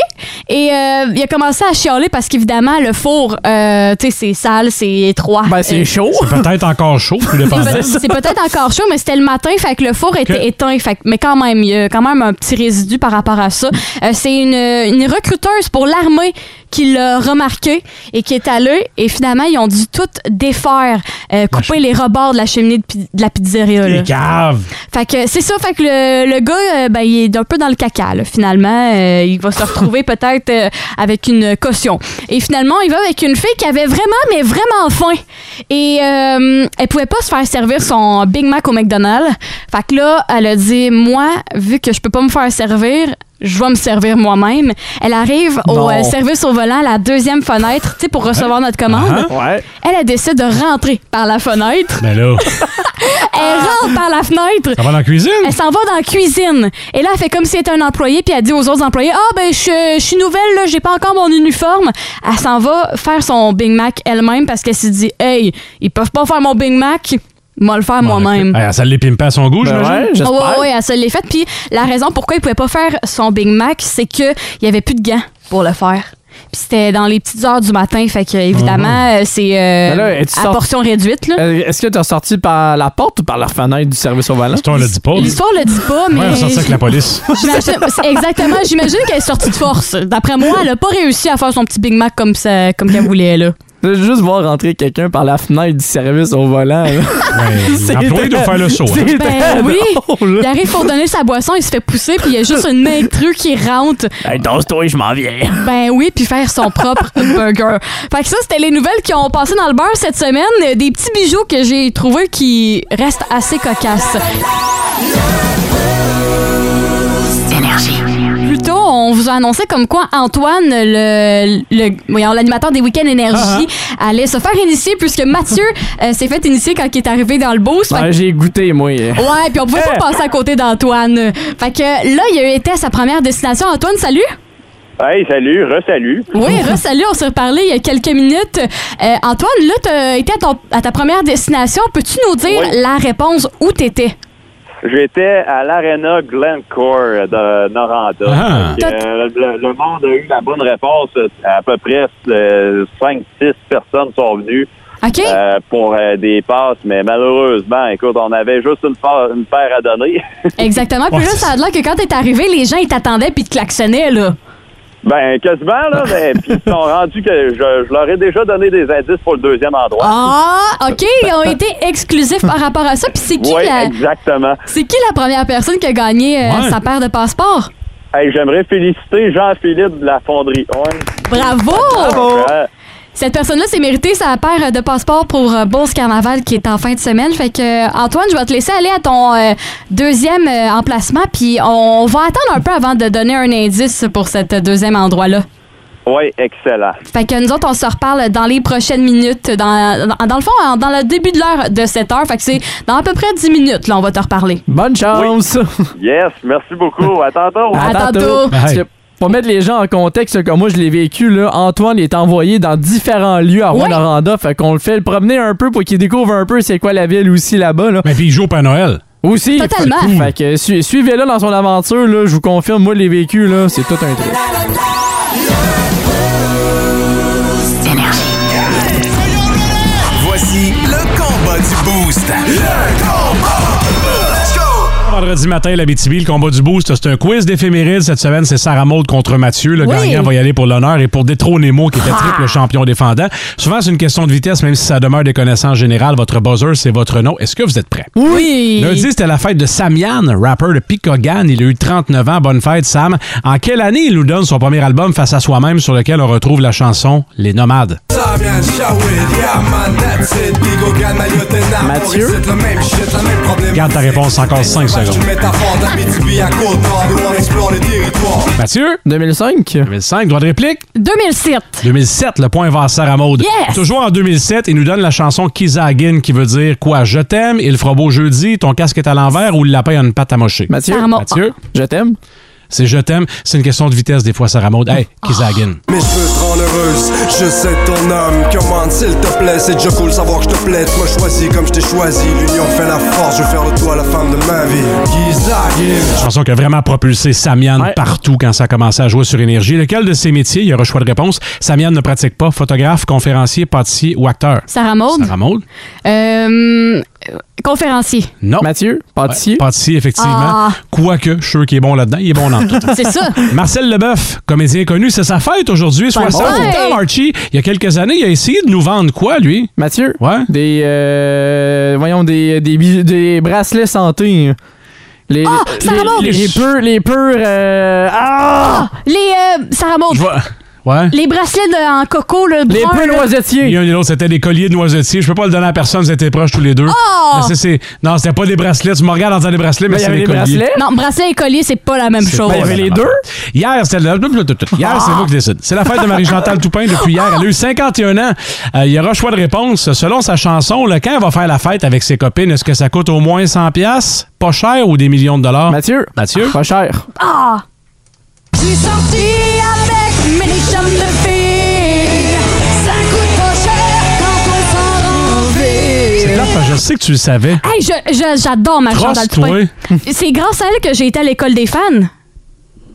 S2: et euh, il a commencé à chialer parce qu'évidemment, le four, euh, tu sais, c'est sale, c'est étroit.
S4: Ben, c'est
S2: Euh,
S4: chaud.
S3: Peut-être encore chaud, tout dépend.
S2: c'est peut- C'est peut-être encore chaud, mais c'était le matin, fait que le four était
S3: Ok.
S2: éteint. Fait que- mais quand même, il y a quand même un petit résidu par rapport à ça. Euh, c'est une, une recruteuse pour l'armée qui l'a remarqué et qui est allée. Et finalement, ils ont dû tout défaire, euh, couper les rebords de la cheminée de, pi- de la pizzeria. là.
S3: Les caves.
S2: Fait que c'est ça, fait que le, le gars, euh, ben, il est un peu dans le caca, là, finalement. Euh, il va se retrouver peut-être euh, avec une caution. Et finalement, il va avec une fille qui avait vraiment, mais vraiment faim. Et euh, elle pouvait pas se faire servir son Big Mac au McDonald's. Fait que là, elle a dit, moi, vu que je peux pas me faire servir, je vais me servir moi-même. Elle arrive
S4: Non.
S2: au euh, service au volant, la deuxième fenêtre, tu sais, pour recevoir notre commande.
S3: Ah,
S4: Ouais.
S2: Elle, elle décide de rentrer par la fenêtre.
S3: Ben là,
S2: Elle rentre par la fenêtre.
S3: ça va dans la cuisine?
S2: Elle s'en va dans la cuisine. Et là, elle fait comme si elle était un employé, puis elle dit aux autres employés Ah, ben, je, je suis nouvelle, là, j'ai pas encore mon uniforme. Elle s'en va faire son Big Mac elle-même parce qu'elle s'est dit Hey, ils peuvent pas faire mon Big Mac, moi le faire moi-même.
S3: Ah, ça l'épime pas à son goût,
S4: Ben
S3: j'imagine?
S4: ouais, j'espère.
S2: Oui, oui, elle se l'est faite. Puis la raison pourquoi il pouvait pas faire son Big Mac, c'est qu'il y avait plus de gants pour le faire. Puis c'était dans les petites heures du matin, fait que évidemment, euh, c'est euh,
S4: Ben là, es-tu
S2: à
S4: sorti-
S2: portion réduite. Là.
S4: Euh, Est-ce que t'es sorti par la porte ou par la fenêtre du service au volant?
S3: Toi, on le dit pas. là.
S2: L'histoire le dit pas, mais.
S3: Ouais, on sort ça avec la police.
S2: J'imagine- c'est exactement, j'imagine qu'elle est sortie de force. D'après moi, elle a pas réussi à faire son petit Big Mac comme ça, comme qu'elle voulait là.
S4: De juste voir rentrer quelqu'un par la fenêtre du service au volant. là.
S3: Ouais, L'employé doit
S4: très-
S3: Ben, faire le saut. hein.
S4: c'est très
S2: Ben oui,
S4: drôle.
S2: il arrive pour donner sa boisson, il se fait pousser puis il y a juste une main crue qui rentre.
S4: Hey, danse-toi, je m'en viens.
S2: Ben oui, puis faire son propre burger. Fait que ça, c'était les nouvelles qui ont passé dans le beurre cette semaine. Des petits bijoux que j'ai trouvés qui restent assez cocasses. Plus tôt, on vous a annoncé comme quoi Antoine, le, le- voyons, l'animateur des Week-ends Énergie, allait se faire initier puisque Mathieu euh, s'est fait initier quand il est arrivé dans le boost. Fait que-
S4: Ouais, J'ai goûté, moi.
S2: Ouais, puis on pouvait pas passer à côté d'Antoine. Fait que là, il a été à sa première destination. Antoine, salut!
S8: Hey, salut, re-salut.
S2: Oui, re, salut, on s'est reparlé il y a quelques minutes. Euh, Antoine, là, t'as été à, ton- à ta première destination. Peux-tu nous dire
S8: Oui.
S2: la réponse où t'étais?
S8: J'étais à l'Arena Glencore de Noranda.
S3: Ah.
S8: Donc, euh, le, le monde a eu la bonne réponse. À peu près 5-6 personnes sont venues
S2: OK?
S8: euh, pour euh, des passes, mais malheureusement, écoute, on avait juste une, pa- une paire à donner.
S2: Exactement. Puis
S3: Ouais,
S2: là,
S3: c'est
S2: ça a l'air que quand t'es arrivé, les gens, ils t'attendaient puis ils te klaxonnaient, là.
S8: ben, quasiment, là, mais puis ils sont rendus que je, je leur ai déjà donné des indices pour le deuxième endroit.
S2: Ah, OK, ils ont été exclusifs par rapport à ça. Puis c'est qui,
S8: oui,
S2: la,
S8: exactement.
S2: c'est qui la première personne qui a gagné euh,
S3: Ouais.
S2: sa paire de passeports?
S8: Hey, j'aimerais féliciter Jean-Philippe de la Fonderie. Ouais.
S2: Bravo!
S8: Euh,
S2: Cette personne-là s'est méritée sa paire de passeports pour euh, Beauce Carnaval qui est en fin de semaine. Fait que, euh, Antoine, je vais te laisser aller à ton euh, deuxième euh, emplacement, puis on va attendre un peu avant de donner un indice pour cet euh, deuxième endroit-là.
S8: oui, excellent.
S2: Fait que nous autres, on se reparle dans les prochaines minutes, dans, dans, dans le fond, en- dans le début de l'heure de cette heure. Fait que c'est dans à peu près 10 minutes, là, on va te reparler.
S4: Bonne chance.
S8: Yes, merci beaucoup. À
S4: Ah,
S8: tantôt.
S2: À tantôt.
S4: Parce que pour mettre les gens en contexte, comme moi je l'ai vécu, là, Antoine est envoyé dans différents lieux à
S2: Ouais.
S4: Rwanda. Fait qu'on le fait le promener un peu pour qu'il découvre un peu c'est quoi la ville aussi là-bas. Là.
S3: Mais Ben, puis il joue au Père Noël.
S4: Aussi.
S2: Totalement.
S4: Fait, fait que su- suivez-le dans son aventure. Là, je vous confirme, moi je l'ai vécu. Là, c'est tout un truc.
S9: Voici le combat du boost. Le combat! Let's go!
S3: On vendredi matin, la BTB, le combat du boost, c'est un quiz d'éphémérides. Cette semaine, c'est Sarah Maud contre Mathieu. Le
S9: Oui.
S3: gagnant va y aller pour l'honneur et pour détrôner Mo, qui était triple champion défendant. Souvent, c'est une question de vitesse, même si ça demeure des connaissances générales. Votre buzzer, c'est votre nom. Est-ce que vous êtes prêt?
S2: Oui.
S3: Lundi, c'était la fête de Samian, rappeur de Picogan. Il a eu 39 ans. Bonne fête, Sam. En quelle année il nous donne son premier album face à soi-même sur lequel on retrouve la chanson Les Nomades?
S4: Mathieu?
S3: Garde ta réponse encore 5 secondes. Mathieu?
S4: 2005?
S3: 2005, droit de réplique?
S2: 2007.
S3: 2007, le point vers Sarah Maud.
S2: Yes!
S3: Toujours en 2007, il nous donne la chanson Kizagin qui veut dire quoi? Je t'aime, il fera beau jeudi, ton casque est à l'envers ou le lapin a une patte à mocher.
S4: Mathieu?
S2: Sarah Maud.
S3: Mathieu,
S4: Je t'aime.
S3: c'est je t'aime, c'est une question de vitesse des fois, Sarah Maud. Hey,
S2: Ah.
S3: Kizagin.
S10: Mais je veux te rendre heureuse, je sais ton homme Commande s'il te plaît, c'est déjà cool savoir que je te plais Tu m'as choisi comme je t'ai choisi, l'union fait la force Je veux faire de toi la femme de ma vie Gizagin
S3: Chanson qui a vraiment propulsé Samian
S4: Ouais.
S3: partout quand ça a commencé à jouer sur Énergie. Lequel de ces métiers, il y aura choix de réponse, Samian ne pratique pas photographe, conférencier, pâtissier ou acteur?
S2: Sarah Maud.
S3: Sarah Maud?
S2: Euh, euh, conférencier.
S3: Non.
S4: Mathieu? Pâtissier?
S3: Pâtissier. pâtissier, effectivement.
S2: Ah.
S3: Quoique, je suis sûr qu'il est bon là-dedans, il est bon dans tout.
S2: C'est ça.
S3: Marcel Leboeuf, comédien connu, c'est sa fête aujourd'hui, 60
S2: fête!
S3: ans, Archie. Il y a quelques années, il a essayé de nous vendre quoi, lui?
S4: Mathieu?
S3: Ouais.
S4: Des. euh, voyons, des, des, bijou- des bracelets santé. Les,
S2: Ah,
S4: les,
S2: Sarah Maud!
S4: les, les peurs. Les peurs euh, ah!
S2: Les euh, Sarah Maud.
S3: Je vois- Ouais.
S2: Les bracelets de- en coco, le
S4: Les
S2: brun,
S4: peurs
S2: là.
S3: Il y
S4: noisettiers.
S3: en a un et l'autre, c'était des colliers de noisetiers. Je peux pas le donner à personne, vous étiez proches tous les deux.
S2: Ah!
S3: Mais c'est- c'est- Non, c'était pas des bracelets. Tu me regardes en disant des bracelets, mais,
S4: Il y
S3: c'est
S4: avait
S3: des
S4: des
S3: colliers.
S4: bracelets.
S2: Non, bracelet et collier, c'est pas la même chose.
S3: Ben, il y avait les deux. Hier, c'était la- Hier, c'est moi qui décide. C'est la fête de Marie-Chantal Toupin depuis hier. Elle a eu 51 ans. Euh, il y aura choix de réponse. Selon sa chanson, le quand elle va faire la fête avec ses copines, est-ce que ça coûte au moins 100 pièces, pas cher ou des millions de dollars?
S4: Mathieu?
S3: Mathieu?
S4: Pas cher.
S2: Ah! Je suis sorti avec mes chums de filles. Ça coûte pas cher quand on s'en
S3: C'est plate, parce que je sais que tu le savais.
S2: Hey, je- je- j'adore ma Chantal Toupin.
S3: Crosse-toi.
S2: C'est grâce à elle que j'ai été à l'école des fans.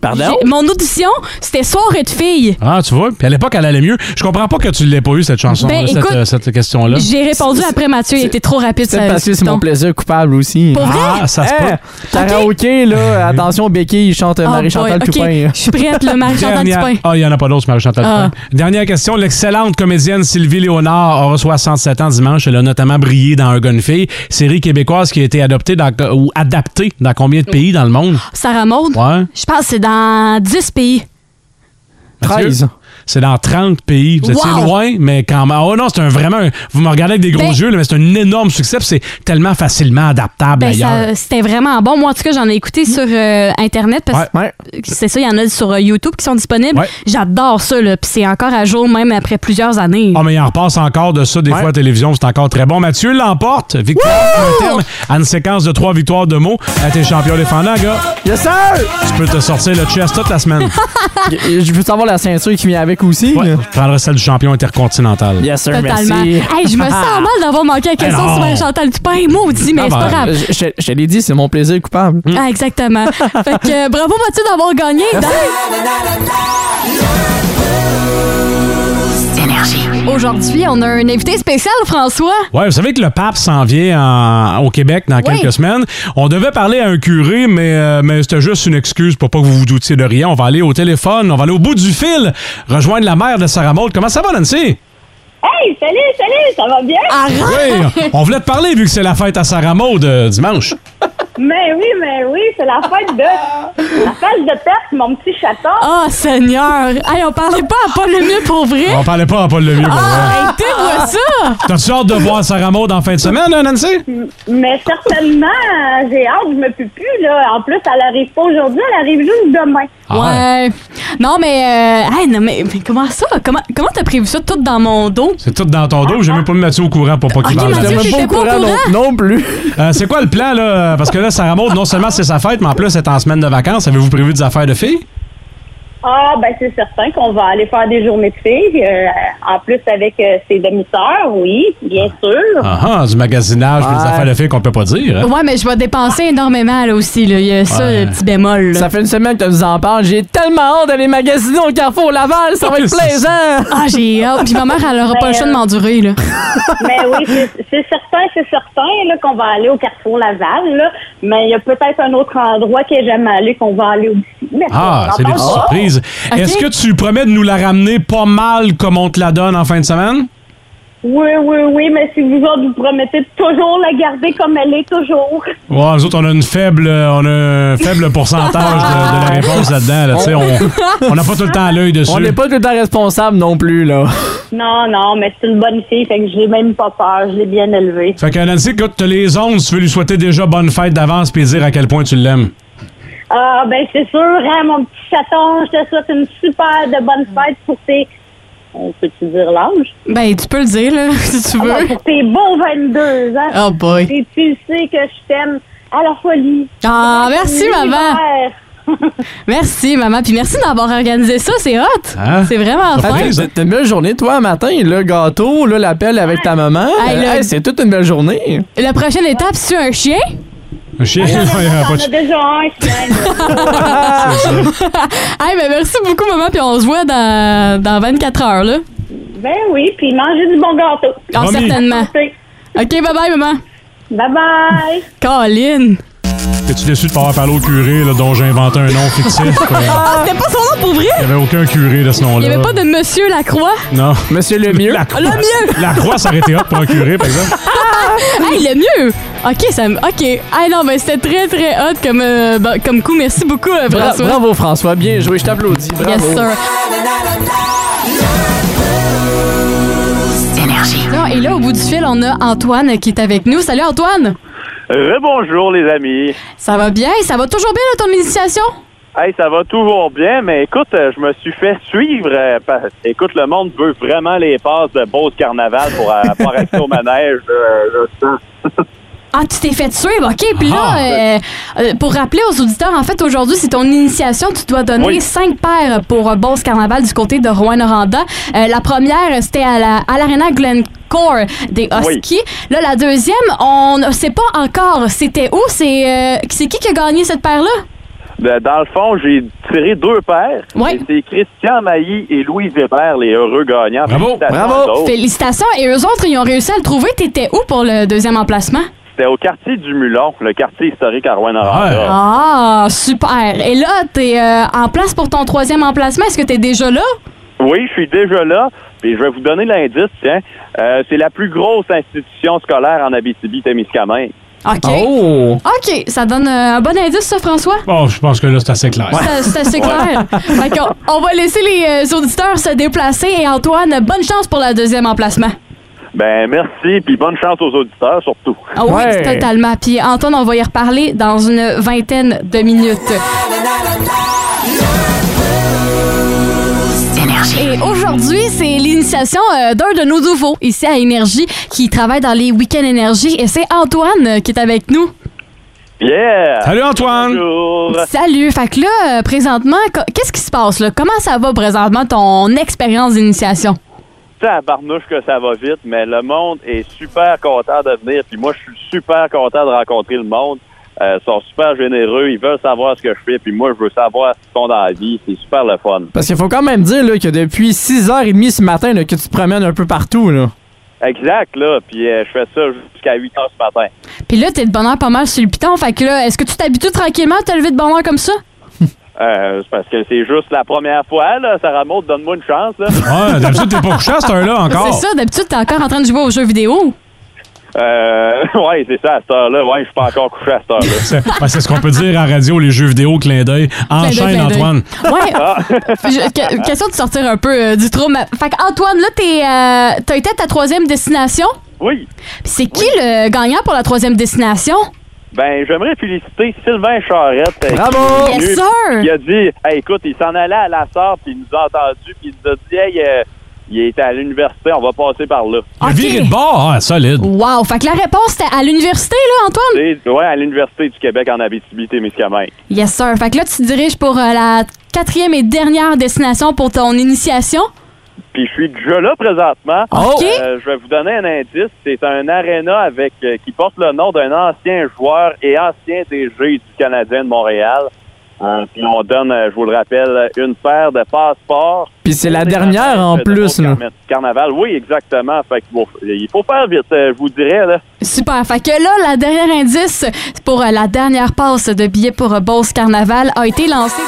S4: Pardon?
S2: J'ai- Mon audition, c'était soirée de filles.
S3: Ah, tu vois? Puis à l'époque, elle allait mieux. Je comprends pas que tu l'aies pas eu, cette chanson,
S2: Ben,
S3: cette,
S2: écoute,
S3: euh, cette question-là.
S2: J'ai répondu après Mathieu, il était trop rapide.
S4: Ah. C'est
S2: ça-
S4: parce que c'est mon
S2: donc.
S4: plaisir coupable aussi.
S2: Pour vrai?
S3: Ah, ça
S2: euh,
S3: se peut.
S4: Hey, karaoké, là, attention, Becky, il chante
S2: Oh
S4: Marie-Chantal
S2: boy, ok,
S4: Toupin. hein.
S2: Je suis prête, le Marie-Chantal
S3: Dernière-
S2: Toupin.
S3: Ah, il n'y en a pas d'autres, Marie-Chantal.
S2: Ah.
S3: Toupin. Dernière question. L'excellente comédienne Sylvie Léonard aura 67 ans dimanche. Elle a notamment brillé dans Un gars, une fille, série québécoise qui a été adoptée dans, ou adaptée dans combien de pays dans le monde?
S2: Sarah Maud,
S3: Ouais.
S2: je pense que c'est dans 10 pays.
S3: Mathieu?
S4: 13.
S3: C'est dans 30 pays. Vous étiez
S2: Wow!
S3: loin, mais quand même. Oh non, c'est un vraiment. un- Vous me regardez avec des gros
S2: Ben-
S3: yeux, là, mais c'est un énorme succès. puis C'est tellement facilement adaptable
S2: Ben,
S3: ailleurs.
S2: ça- c'était vraiment bon. Moi, en tout cas, j'en ai
S3: Mm.
S2: écouté sur euh, Internet parce
S4: Ouais.
S2: que c'est ça, il y en a sur euh, YouTube qui sont disponibles.
S3: Ouais.
S2: J'adore ça, là. Puis c'est encore à jour, même après plusieurs années.
S3: Ah, mais il en repasse encore de ça des
S4: Ouais.
S3: fois à la télévision. C'est encore très bon. Mathieu l'emporte. Victoire sur un terme à une séquence de trois victoires de mots. À tes champions défendants, gars.
S4: Yes, sir!
S3: Tu peux te sortir le chest toute la semaine.
S4: Je veux savoir la ceinture qui vient avec aussi.
S3: Ouais, je prendrai celle du champion intercontinental.
S4: Yes, sir,
S2: Totalement.
S4: merci.
S2: Hey, je me sens mal d'avoir manqué la question
S3: Ah. Ben, non.
S2: sur Marie-Chantal Toupin. Maudit, mais
S3: Ah
S2: c'est pas
S3: ben, mm.
S2: grave.
S4: Je, je- je te l'ai dit, c'est mon plaisir coupable.
S2: Ah, exactement. fait que euh, bravo Mathieu d'avoir gagné. Aujourd'hui, on a un invité spécial, François.
S3: Ouais, vous savez que le pape s'en vient en- au Québec dans quelques semaines. On devait parler à un curé, mais, euh, mais c'était juste une excuse pour pas que vous vous doutiez de rien. On va aller au téléphone, on va aller au bout du fil, rejoindre la mère de Sarah Maud. Comment ça va, Nancy?
S10: Hey, salut, salut, ça va bien?
S3: Ah. Oui, on voulait te parler vu que c'est la fête à Sarah Maud euh, dimanche.
S10: Mais oui, mais oui, c'est la fête de... La fête de perte, mon petit chaton
S3: Ah.
S2: Oh, Seigneur. Hey, on parlait pas à Paul le mieux pour vrai.
S3: On parlait pas à Paul Lemieux. pour vrai.
S2: Arrêtez, vois ça.
S3: T'as-tu hâte de voir Sarah Maud en fin de semaine, hein, Nancy?
S10: Mais certainement, euh, j'ai hâte, je me pue plus, là. En plus, elle arrive pas aujourd'hui, elle arrive juste demain.
S3: Ah
S2: ouais. Non, mais, euh, hey, non, mais, mais comment ça? Comment comment t'as prévu ça tout dans mon dos?
S3: C'est tout dans ton dos, j'ai même pas mis Mathieu au courant pour pas qu'il
S2: Ok,
S3: parle.
S2: Ah, Mathieu,
S4: Même
S2: j'étais
S4: pas au
S2: pas au
S4: courant non,
S2: courant.
S4: non plus.
S3: Euh, c'est quoi le plan, là? Parce que là, Sarah Maud, non seulement c'est sa fête, mais en plus, c'est en semaine de vacances. Avez-vous prévu des affaires de filles?
S9: Ah, ben c'est certain qu'on va aller faire des journées de filles, euh, en plus avec euh, ses demi-sœurs, oui, bien sûr.
S3: Ah, ah, du magasinage, puis des affaires de filles qu'on peut pas dire. hein?
S2: Ouais, mais je vais dépenser énormément là aussi. Là. Il y a ça,
S3: Ouais.
S2: le petit bémol. là.
S4: Ça fait une semaine que tu nous en parles. J'ai tellement hâte d'aller magasiner au Carrefour Laval. Ça va être plaisant.
S2: Ah, j'ai hâte. Puis ma mère, elle aura pas le choix de m'endurer. Là.
S9: Mais oui, c'est- c'est certain, c'est certain là, qu'on va aller au Carrefour Laval, là, mais il y a peut-être un autre endroit que j'aime aller qu'on va aller aussi. Mais
S3: Ah,
S9: on en
S3: c'est des
S9: parle
S3: petites
S9: pas.
S3: surprises.
S9: Ok.
S3: Est-ce que tu promets de nous la ramener pas mal comme on te la donne en fin de semaine?
S9: Oui, oui, oui, mais si vous autres vous promettez de toujours la garder comme elle est toujours.
S3: Ouais, nous autres, on a une faible, euh, on a un faible pourcentage de, de la réponse là-dedans. Là, tu sais, on- on n'a pas tout le temps l'œil dessus.
S4: On n'est pas tout le temps responsable non plus, là.
S9: Non, non, mais c'est une bonne fille, fait que j'ai même pas peur, je l'ai bien élevée.
S3: Fait que Nancy, écoute, t'as les ondes, tu veux lui souhaiter déjà bonne fête d'avance puis dire à quel point tu l'aimes.
S9: Ah, ben c'est sûr, hein, mon petit chaton, je te souhaite une super de bonne fête pour tes... On peut-tu dire l'âge?
S2: Ben, tu peux le dire, là, si tu
S9: Ah,
S2: veux.
S9: pour tes beaux 22 ans.
S2: Oh boy.
S9: Et tu sais que je t'aime à la folie.
S2: Ah,
S9: À
S2: merci,
S9: l'univers.
S2: maman. Merci, maman. Puis merci d'avoir organisé ça. C'est hot.
S4: Hein?
S2: C'est vraiment
S4: T'as
S2: fun.
S4: fait- t'as une belle journée, toi, matin. Le gâteau, là, l'appel avec ta maman.
S2: Hey,
S4: Euh,
S2: le-
S4: hey, c'est toute une belle journée.
S2: La prochaine étape, c'est un chien?
S3: Un chien, il y a pas de
S9: On a déjà un,
S2: hey, ben merci beaucoup, maman. Puis on se voit dans, dans 24 heures, là.
S9: Ben oui, puis manger du bon gâteau.
S2: Ah, certainement. OK, bye-bye, maman.
S9: Bye-bye.
S2: Colin.
S3: T'es-tu déçu de pas avoir parlé au curé là, dont j'ai inventé un nom fictif? euh,
S2: Ah, c'était pas son nom pour vrai?
S3: Il n'y avait aucun curé de ce
S2: Il
S3: nom-là.
S2: n'y
S4: Ah.
S2: avait pas de Monsieur Lacroix?
S3: Non. Monsieur Lemieux. La croix,
S2: Lemieux.
S3: La croix s'arrêtait hop pour un curé, par exemple.
S2: hey, le mieux! OK, ça me... OK. Ah non, ben c'était très, très hot comme, euh, ben, comme coup. Merci beaucoup, euh,
S4: Bra-
S2: François.
S4: bravo, François. Bien joué. Je t'applaudis. Bravo.
S2: Yes, sir. Non, et là, au bout du fil, on a Antoine qui est avec nous. Salut, Antoine!
S8: Rebonjour, les amis.
S2: Ça va bien? Ça va toujours bien, là, ton initiation?
S8: Hey, ça va toujours bien, mais écoute, euh, je me suis fait suivre. euh, par- Écoute, le monde veut vraiment les passes de Beauce Carnaval pour euh, pas rester au manège. euh, je sens.
S2: Ah, tu t'es fait suivre, OK. Puis là, euh, euh, pour rappeler aux auditeurs, en fait, aujourd'hui, c'est ton initiation. Tu dois donner
S8: Oui.
S2: cinq paires pour euh, Beauce Carnaval du côté de Rouen-Noranda. Euh, la première, euh, c'était à la- à l'Arena Glencore des Huskies. Là, la deuxième, on ne sait pas encore c'était où. C'est euh, c'est qui qui a gagné cette paire-là?
S8: De- Dans le fond, j'ai tiré deux paires. Et C'est Christian Mailly et Louis Hébert, les heureux gagnants. Félicitations aux autres.
S2: Félicitations. Et eux autres, ils ont réussi à le trouver. T'étais où pour le deuxième emplacement?
S8: C'était au quartier du Mulon, le quartier historique à rouen
S2: Ah, super. Et là, t'es euh, en place pour ton troisième emplacement. Est-ce que t'es déjà là?
S8: Oui, je suis déjà là. Puis je vais vous donner l'indice, tiens. Euh, c'est la plus grosse institution scolaire en Abitibi-Témiscamingue.
S2: OK.
S4: Ah,
S8: Oh!
S2: OK, ça donne euh, un bon indice, ça, François?
S3: Bon, je pense que là, c'est assez clair.
S2: Ça- C'est assez clair. Fait qu'on- on, va laisser les euh, auditeurs se déplacer et Antoine, bonne chance pour le deuxième emplacement.
S8: Ben, merci, puis bonne chance aux auditeurs, surtout.
S2: Ah oui, totalement. Puis Antoine, on va y reparler dans une vingtaine de minutes. Et aujourd'hui, c'est l'initiation euh, d'un de nos nouveaux ici à Énergie qui travaille dans les week-ends Énergie et c'est Antoine euh, qui est avec nous.
S8: Yeah!
S3: Salut, Antoine!
S8: Bonjour!
S2: Salut. Fait que là, euh, présentement, co- qu'est-ce qui se passe là? Comment ça va présentement ton expérience d'initiation?
S8: Tabarnouche que ça va vite, mais le monde est super content de venir. Puis moi, je suis super content de rencontrer le monde. Euh, ils sont super généreux, ils veulent savoir ce que je fais, puis moi, je veux savoir ce qu'ils font dans la vie. C'est super le fun.
S4: Parce qu'il faut quand même dire là, que depuis 6h30 ce matin là, que tu te promènes un peu partout. Là.
S8: Exact, là. Puis euh, je fais ça jusqu'à 8 heures ce matin.
S2: Puis là, t'es de bonheur pas mal sur le piton. Fait que là, est-ce que tu t'habitues tranquillement à te lever de bonheur comme ça?
S8: Euh, c'est parce que c'est juste la première fois, là. Sarah Maud, donne-moi une chance, là.
S3: Ouais, d'habitude, t'es pas couché à cette heure-là encore.
S2: C'est ça, d'habitude, t'es encore en train de jouer aux jeux vidéo.
S8: Euh, ouais, c'est ça, à cette heure-là. Ouais, je suis pas encore couché à cette heure-là.
S3: C'est ben, c'est ce qu'on peut dire en radio, les jeux vidéo, clin d'œil.
S2: Clin d'œil,
S3: Enchaîne,
S2: clin d'œil.
S3: Antoine.
S2: ben, Ouais. Je- que- question de sortir un peu euh, du trou. mais- Fait que Antoine, là, t'es, euh, t'as été à ta troisième destination?
S8: Oui.
S2: Puis c'est qui le gagnant pour la troisième destination?
S8: Ben, j'aimerais féliciter Sylvain Charrette. euh,
S2: Bravo!
S8: qui est venu,
S2: Yes, sir!
S8: Il a dit, Hey, écoute, il s'en allait à la sorte, puis il nous a entendus, puis il nous a dit, hey, euh, il est à l'université, on va passer par là.
S3: Le viré de bord, ah, solide.
S2: Wow! Fait que la réponse, c'était à l'université, là, Antoine?
S8: C'est- Ouais, à l'université du Québec en Abitibi-Témiscamingue.
S2: Yes, sir. Fait que là, tu te diriges pour euh, la quatrième et dernière destination pour ton initiation.
S8: Puis je suis déjà là présentement.
S2: Ah, OK.
S8: Euh, je vais vous donner un indice. C'est un aréna avec euh, qui porte le nom d'un ancien joueur et ancien DG du Canadien de Montréal. Euh, puis on donne, euh, je vous le rappelle, une paire de passeports.
S4: Puis c'est la
S8: Pour les
S4: dernière en
S8: athlètes euh, de
S4: plus, là.
S8: Carna- Carnaval, oui, exactement. Fait que, bon, il faut faire vite, euh, je vous dirais. Là.
S2: Super. Fait que là, la dernière indice pour euh, la dernière passe de billets pour euh, Beauce Carnaval a été lancée.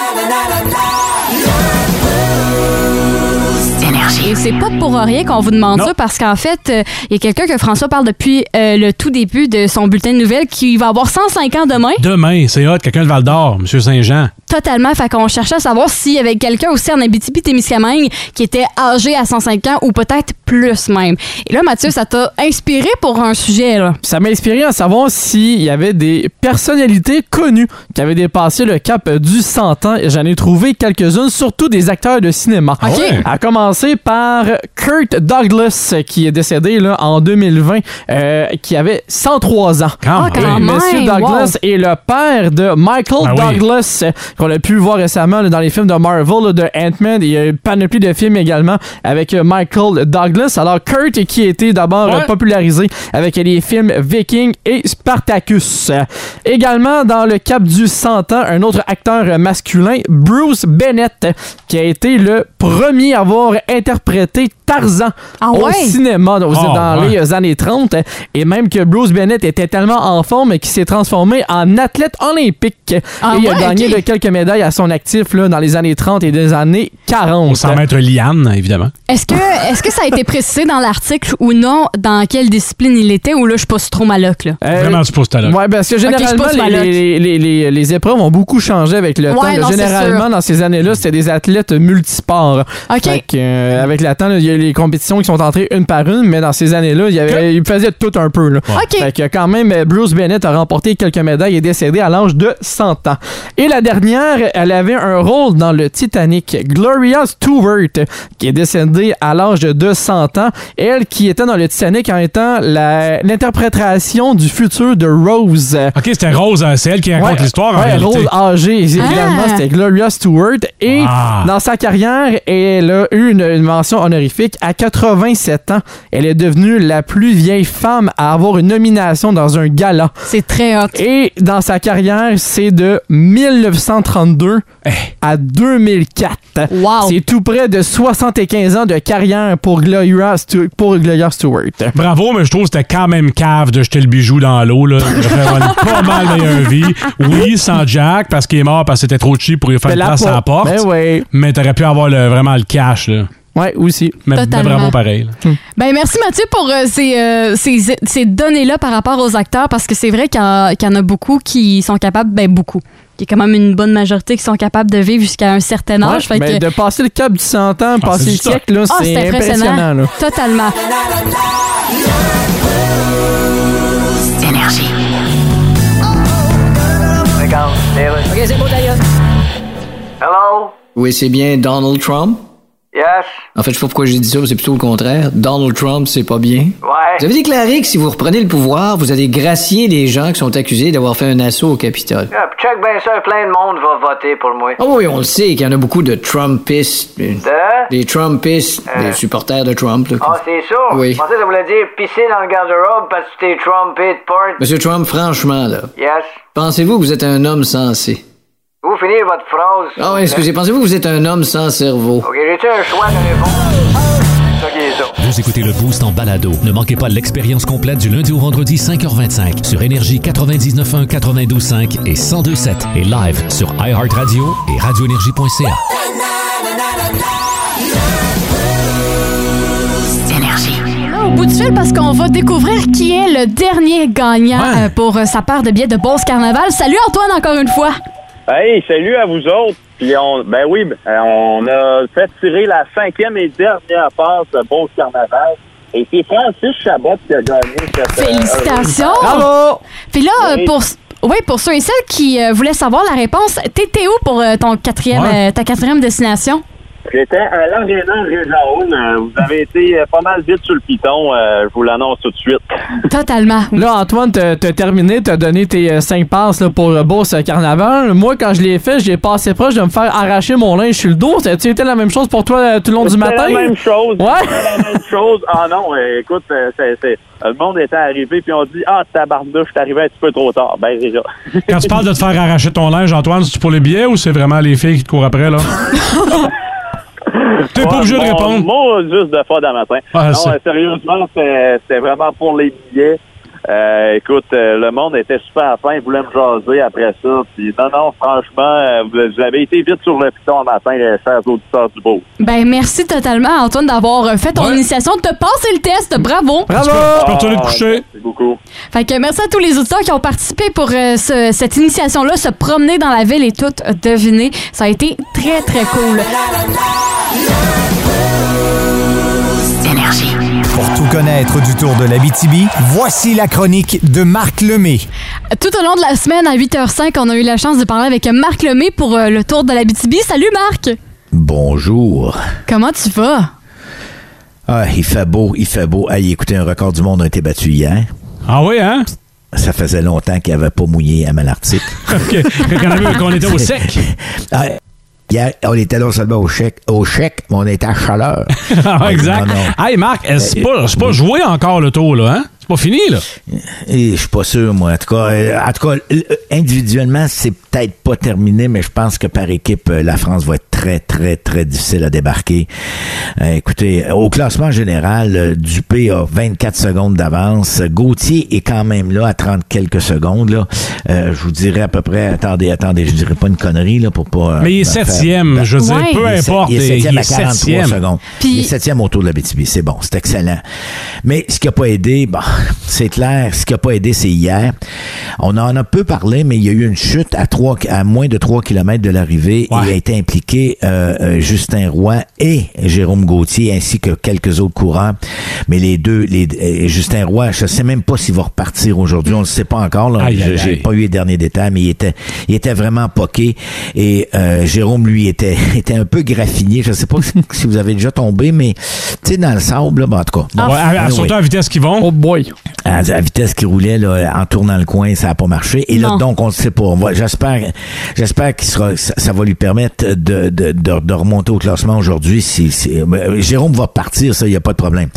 S2: Et c'est pas pour rien qu'on vous demande ça parce qu'en fait, euh, il y a quelqu'un que François parle depuis euh, le tout début de son bulletin de nouvelles qui va avoir 105 ans demain.
S3: Demain, c'est hot, quelqu'un de Val d'Or, M. Saint-Jean.
S2: Totalement. Fait qu'on cherchait à savoir s'il y avait quelqu'un aussi en Abitibi-Témiscamingue qui était âgé à 105 ans ou peut-être plus même. Et là, Mathieu, ça t'a inspiré pour un sujet, là.
S4: Ça m'a inspiré à savoir s'il y avait des personnalités connues qui avaient dépassé le cap du 100 ans. Et J'en ai trouvé quelques-unes, surtout des acteurs de cinéma.
S2: Ah ouais?
S4: À commencer par Kurt Douglas, qui est décédé là, en 2020, euh, qui avait 103 ans.
S2: Ah, quand même.
S4: Monsieur Douglas est le père de Michael
S3: Ah oui.
S4: Douglas, euh, qu'on a pu voir récemment là, dans les films de Marvel, là, de Ant-Man. Il y a une panoplie de films également avec euh, Michael Douglas. Alors, Kurt, qui était d'abord euh,
S3: Ouais.
S4: popularisé avec les films Viking et Spartacus. Euh, Également, dans le cap du 100 ans, un autre acteur euh, masculin, Bruce Bennett, euh, qui a été le premier à avoir interprété Tarzan
S2: Ah
S4: au
S2: ouais?
S4: cinéma. Donc, c'est
S3: Ah
S4: dans
S3: ouais.
S4: les euh, années 30. Et même que Bruce Bennett était tellement en forme qu'il s'est transformé en athlète olympique.
S2: Ah
S4: et il a
S2: ouais,
S4: gagné
S2: ok.
S4: de quelques médailles à son actif là, dans les années 30 et des années 40.
S3: On s'en mettre Liane, évidemment.
S2: Est-ce que, est-ce que ça a été précisé dans l'article ou non dans quelle discipline il était ou là, je suis pas trop maloc, là?
S4: Euh,
S3: Vraiment, tu poses ta loque.
S4: Ouais, parce que
S2: je
S4: généralement,
S2: pousse ma
S4: les-
S2: loque.
S4: les, les- les- les épreuves ont beaucoup changé avec le
S2: Ouais,
S4: temps. là.
S2: non, c'est
S4: généralement,
S2: sûr.
S4: dans ces années-là, c'était des athlètes multisports.
S2: OK.
S4: Fait que, euh, avec le temps, là, il y a eu les compétitions qui sont entrées une par une, mais dans ces années-là, il, y avait, il faisait tout un peu. Là.
S2: OK.
S4: Fait que quand même, euh, Bruce Bennett a remporté quelques médailles et est décédé à l'âge de 100 ans. Et la dernière, elle avait un rôle dans le Titanic. Gloria Stewart, qui est décédée à l'âge de 100 ans. Elle qui était dans le Titanic en étant la- l'interprétation du futur de Rose.
S3: OK, c'était Rose, euh, c'est elle qui raconte
S4: Ouais,
S3: l'histoire en
S4: ouais,
S3: réalité.
S4: Rose âgée,
S2: Ah.
S4: également, c'était Gloria Stewart. Et
S3: Ah.
S4: dans sa carrière, elle a eu une, une mention honorifique. À 87 ans, elle est devenue la plus vieille femme à avoir une nomination dans un gala.
S2: C'est très hot.
S4: Et dans sa carrière, c'est de 1932 à 2004.
S2: Wow.
S4: C'est tout près de 75 ans de carrière pour Gloria, Stu- pour Gloria Stewart.
S3: Bravo, mais je trouve que c'était quand même cave de jeter le bijou dans l'eau. Là. Je pas mal meilleure vie. Oui, sans Jack, parce qu'il est mort, parce que c'était trop cheap pour lui faire
S4: Mais
S3: une
S4: la
S3: place à la
S4: por-
S3: porte.
S4: Ben ouais.
S3: Mais t'aurais pu avoir le- vraiment le cash. Là.
S4: Ouais, aussi.
S3: Mais, mais
S2: Totalement.
S3: bravo pareil. là.
S2: Ben merci Mathieu pour euh, ces, euh, ces, ces données-là par rapport aux acteurs parce que c'est vrai qu'il y, en- qu'il y en a beaucoup qui sont capables, ben beaucoup. Il y a quand même une bonne majorité qui sont capables de vivre jusqu'à un certain
S4: Ouais,
S2: âge. fait
S4: ben,
S2: que-
S4: De passer le cap du 100 ans,
S3: c'est
S4: passer le
S3: du stock.
S4: siècle, là,
S2: Ah,
S4: c'est impressionnant. là.
S2: Totalement.
S6: OK, c'est beau, d'ailleurs.
S11: Hello?
S6: Oui, c'est bien Donald Trump.
S11: Yes?
S6: En fait, je sais pas pourquoi j'ai dit ça, mais c'est plutôt le contraire. Donald Trump, c'est pas bien.
S11: Ouais.
S6: Vous avez déclaré que si vous reprenez le pouvoir, vous allez gracier les gens qui sont accusés d'avoir fait un assaut au Capitole.
S11: Yeah, Ah, puis check bien ça, plein de monde va voter pour moi.
S6: Ah oui, on le sait qu'il y en a beaucoup de Trumpistes.
S11: De?
S6: euh,
S11: Euh.
S6: Des Trumpistes, des supporters de Trump. là.
S11: Ah, c'est ça?
S6: Oui.
S11: Je pensais que ça voulait dire pisser dans le garde-robe parce que t'es trompé de porte.
S6: Monsieur Trump, franchement, là,
S11: Yes?
S6: pensez-vous que vous êtes un homme sensé?
S11: Vous finissez votre phrase.
S6: Ah oui, excusez, pensez-vous que vous êtes un homme sans cerveau?
S11: OK, j'ai-tu un choix de réponse? C'est ça qui est ça.
S1: Vous écoutez le Boost en balado. Ne manquez pas l'expérience complète du lundi au vendredi 5h25 sur Énergie 99.1, 92.5 et 102.7 et live sur iHeartRadio et radioénergie.ca.
S2: Ah, Au bout du fil, parce qu'on va découvrir qui est le dernier gagnant
S3: Ouais.
S2: euh, pour euh, sa part de billets de Beauce Carnaval. Salut Antoine encore une fois.
S8: Hey, salut à vous autres. Puis on, ben oui, ben, on a fait tirer la cinquième et dernière passe de Beauce Carnaval. Et c'est Francis Chabot qui a gagné cette euh,
S2: Félicitations.
S4: Euh, Bravo!
S2: Puis là,
S8: Oui.
S2: euh, pour, oui, pour ceux et celles qui euh, voulaient savoir la réponse, t'étais où pour euh, ton quatrième,
S3: Ouais.
S2: euh, ta quatrième destination?
S8: J'étais à l'Arena Réjaune. Euh, Vous avez été euh, pas mal vite sur le piton. euh, je vous l'annonce tout de suite.
S2: Totalement.
S4: Là, Antoine, t'as t'as terminé, t'as donné tes 5 passes là, pour le Beauce Carnaval. Moi, quand je l'ai fait, j'ai passé proche de me faire arracher mon linge sur le dos. Ça a-tu été la même chose pour toi euh, tout le long du
S8: C'était
S4: matin?
S8: la même chose.
S4: Ouais.
S8: C'était la même chose. Ah non, euh, écoute, euh, c'est- c'est- le monde était arrivé, puis on dit Ah, tabarnouche, je suis arrivé un petit peu trop tard. Ben, déjà.
S3: Quand tu parles de te faire arracher ton linge, Antoine, c'est pour les billets ou c'est vraiment les filles qui te courent après, là? T'es pas obligé de répondre.
S8: Moi, juste de fois dans le matin.
S3: Ah,
S8: non,
S3: c'est-
S8: euh, sérieusement, c'est- c'était vraiment pour les billets. Euh, écoute, euh, le monde était super à faim, il voulait me jaser après ça. Puis non, non, franchement, euh, vous avez été vite sur le piton le matin, les chers auditeurs du beau.
S2: Ben, merci totalement, Antoine, d'avoir euh, fait ton initiation, de te passer le test. Bravo!
S3: Tu peux retourner te coucher.
S8: Ah, Merci beaucoup.
S2: Fait que merci à tous les auditeurs qui ont participé pour euh, ce- cette initiation-là, se promener dans la ville et tout euh, deviner. Ça a été très, très cool.
S12: Énergie. Pour tout connaître du tour de l'Abitibi, voici la chronique de Marc Lemay.
S2: Tout au long de la semaine, à 8h05, on a eu la chance de parler avec Marc Lemay pour euh, le tour de la BTB. Salut Marc!
S13: Bonjour.
S2: Comment tu vas?
S13: Ah, il fait beau, il fait beau. Hey, écoutez, un record du monde a été battu hier.
S3: Ah oui, hein?
S13: Ça faisait longtemps qu'il n'avait pas mouillé à Malartic.
S3: OK. Quand on a vu qu'on était au sec.
S13: Ah, hier, on était non seulement au chèque, au chèque, mais on était à chaleur.
S3: Ah, exact.
S13: Non, non.
S3: Hey, Marc, eh, c'est
S13: Euh,
S3: pas, c'est pas joué encore le tour, là, hein? C'est pas fini, là?
S13: Et je suis pas sûr, moi. En tout cas, euh, en tout cas l- euh, individuellement, c'est peut-être pas terminé, mais je pense que par équipe, euh, la France va être très, très, très difficile à débarquer. Euh, écoutez, au classement général, euh, Dupé a 24 secondes d'avance. Gauthier est quand même là à 30 quelques secondes. Là. Euh, je vous dirais à peu près, attendez, attendez, je dirais pas une connerie là pour pas. euh,
S3: Mais il est
S13: me faire-
S3: septième, je veux dire, Ouais. peu
S13: Il est se-
S3: importe,
S13: Il est septième
S3: il
S13: à
S3: est
S13: 43
S3: septième.
S13: secondes. Il est septième au tour de la BTB. C'est bon, c'est excellent. Mais ce qui n'a pas aidé, bon, c'est clair, ce qui n'a pas aidé, c'est hier. On en a peu parlé, mais il y a eu une chute à, trois, à moins de 3 km de l'arrivée et a été impliqué euh, euh, Justin Roy et Jérôme Gauthier, ainsi que quelques autres coureurs. Mais les deux, les, euh, Justin Roy, je ne sais même pas s'il va repartir aujourd'hui. On ne le sait pas encore. là.
S3: Aïe, aïe,
S13: Je- Ah, j'ai
S3: aïe.
S13: pas eu les derniers détails, mais il était, il était vraiment poqué. Et euh, Jérôme, lui, était, était un peu graffiné. Je sais pas si- si vous avez déjà tombé, mais tu sais, dans le sable, là, ben, en tout cas.
S3: Ah,
S13: Bon,
S3: ouais, à- à-
S13: anyway.
S3: surtout à la vitesse qu'ils vont.
S4: Oh boy.
S13: À la vitesse qu'il roulait, là, en tournant le coin, ça n'a pas marché. Et là,
S3: Non.
S13: donc, on ne sait pas. On va- J'espère, j'espère qu'il sera, ça, ça va lui permettre de, de, de- de remonter au classement aujourd'hui. Si, si- mais Jérôme va partir, ça, il n'y a pas de problème.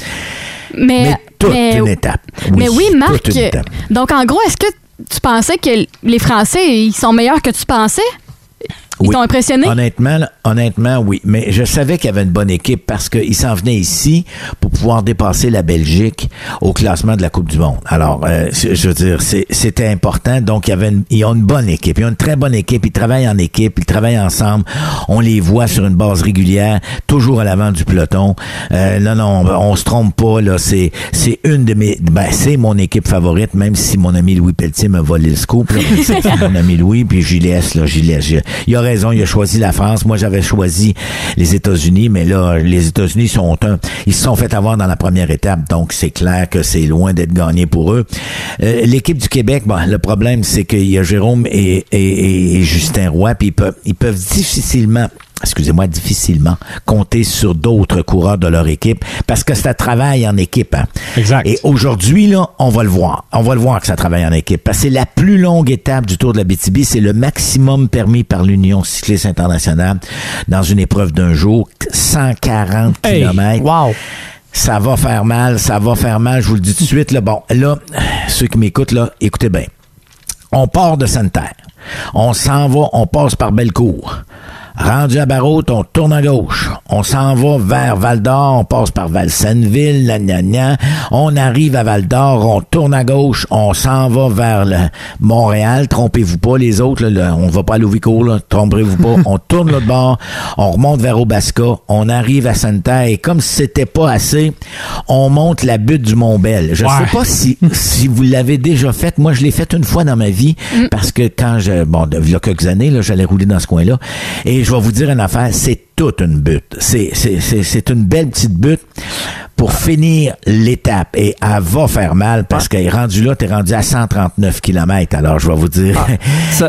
S2: Mais,
S13: Toute
S2: mais-
S13: une étape.
S2: mais oui, Marc.
S13: toute une étape.
S2: Donc, en gros, est-ce que tu pensais que les Français, ils sont meilleurs que tu pensais? Ils
S13: Oui.
S2: t'ont impressionné?
S13: Honnêtement, là, honnêtement, oui. Mais je savais qu'il y avait une bonne équipe parce qu'ils s'en venaient ici pour pouvoir dépasser la Belgique au classement de la Coupe du Monde. Alors, euh, c'est- je veux dire, c'est- c'était important. Donc, il y avait une- ils ont une bonne équipe. Ils ont une très bonne équipe. Ils travaillent en équipe. Ils travaillent ensemble. On les voit sur une base régulière, toujours à l'avant du peloton. Euh, non, non, on, on se trompe pas. là. C'est c'est une de mes... Ben, c'est mon équipe favorite, même si mon ami Louis Pelletier m'a volé le scoop. là. C'est mon ami Louis, puis j'y laisse, là, j'y laisse. Je- Il a raison, il a choisi la France. Moi, j'avais choisi les États-Unis, mais là, les États-Unis sont un. Ils se sont fait avoir dans la première étape, donc c'est clair que c'est loin d'être gagné pour eux. Euh, L'équipe du Québec, bon, le problème, c'est qu'il y a Jérôme et, et- et- et Justin Roy, puis ils peuvent, ils peuvent difficilement excusez-moi, difficilement compter sur d'autres coureurs de leur équipe parce que ça travaille en équipe. hein. Et aujourd'hui, là, on va le voir. On va le voir que ça travaille en équipe. Parce que c'est la plus longue étape du Tour de la BTB. C'est le maximum permis par l'Union cycliste internationale dans une épreuve d'un jour. 140
S3: Hey,
S13: km. Wow! Ça va faire mal, ça va faire mal, je vous le dis tout de suite. Là. Bon, là, ceux qui m'écoutent, là, écoutez bien. On part de Sainte-Terre. On s'en va, on passe par Bellecour. Rendu à Barrault, on tourne à gauche. On s'en va vers Val-d'Or, on passe par Val-Senneville, la gna gna. On arrive à Val-d'Or, on tourne à gauche, on s'en va vers le Montréal. Trompez-vous pas, les autres, là, là, on va pas à Louvicourt, là. trompez-vous pas. on tourne l'autre bord, on remonte vers Obasca, on arrive à Sainte-Terre et comme si c'était pas assez, on monte la butte du Mont-Bel. Je
S3: Ouais.
S13: sais pas si, si vous l'avez déjà fait. Moi, je l'ai fait une fois dans ma vie parce que quand je, bon, de- il y a quelques années, là, j'allais rouler dans ce coin-là. Et je vais vous dire une affaire, c'est toute une butte. C'est, c'est, c'est, c'est une belle petite butte. pour finir l'étape. Et elle va faire mal parce qu'elle est rendue là, t'es rendu à 139 km. Alors, je vais vous dire.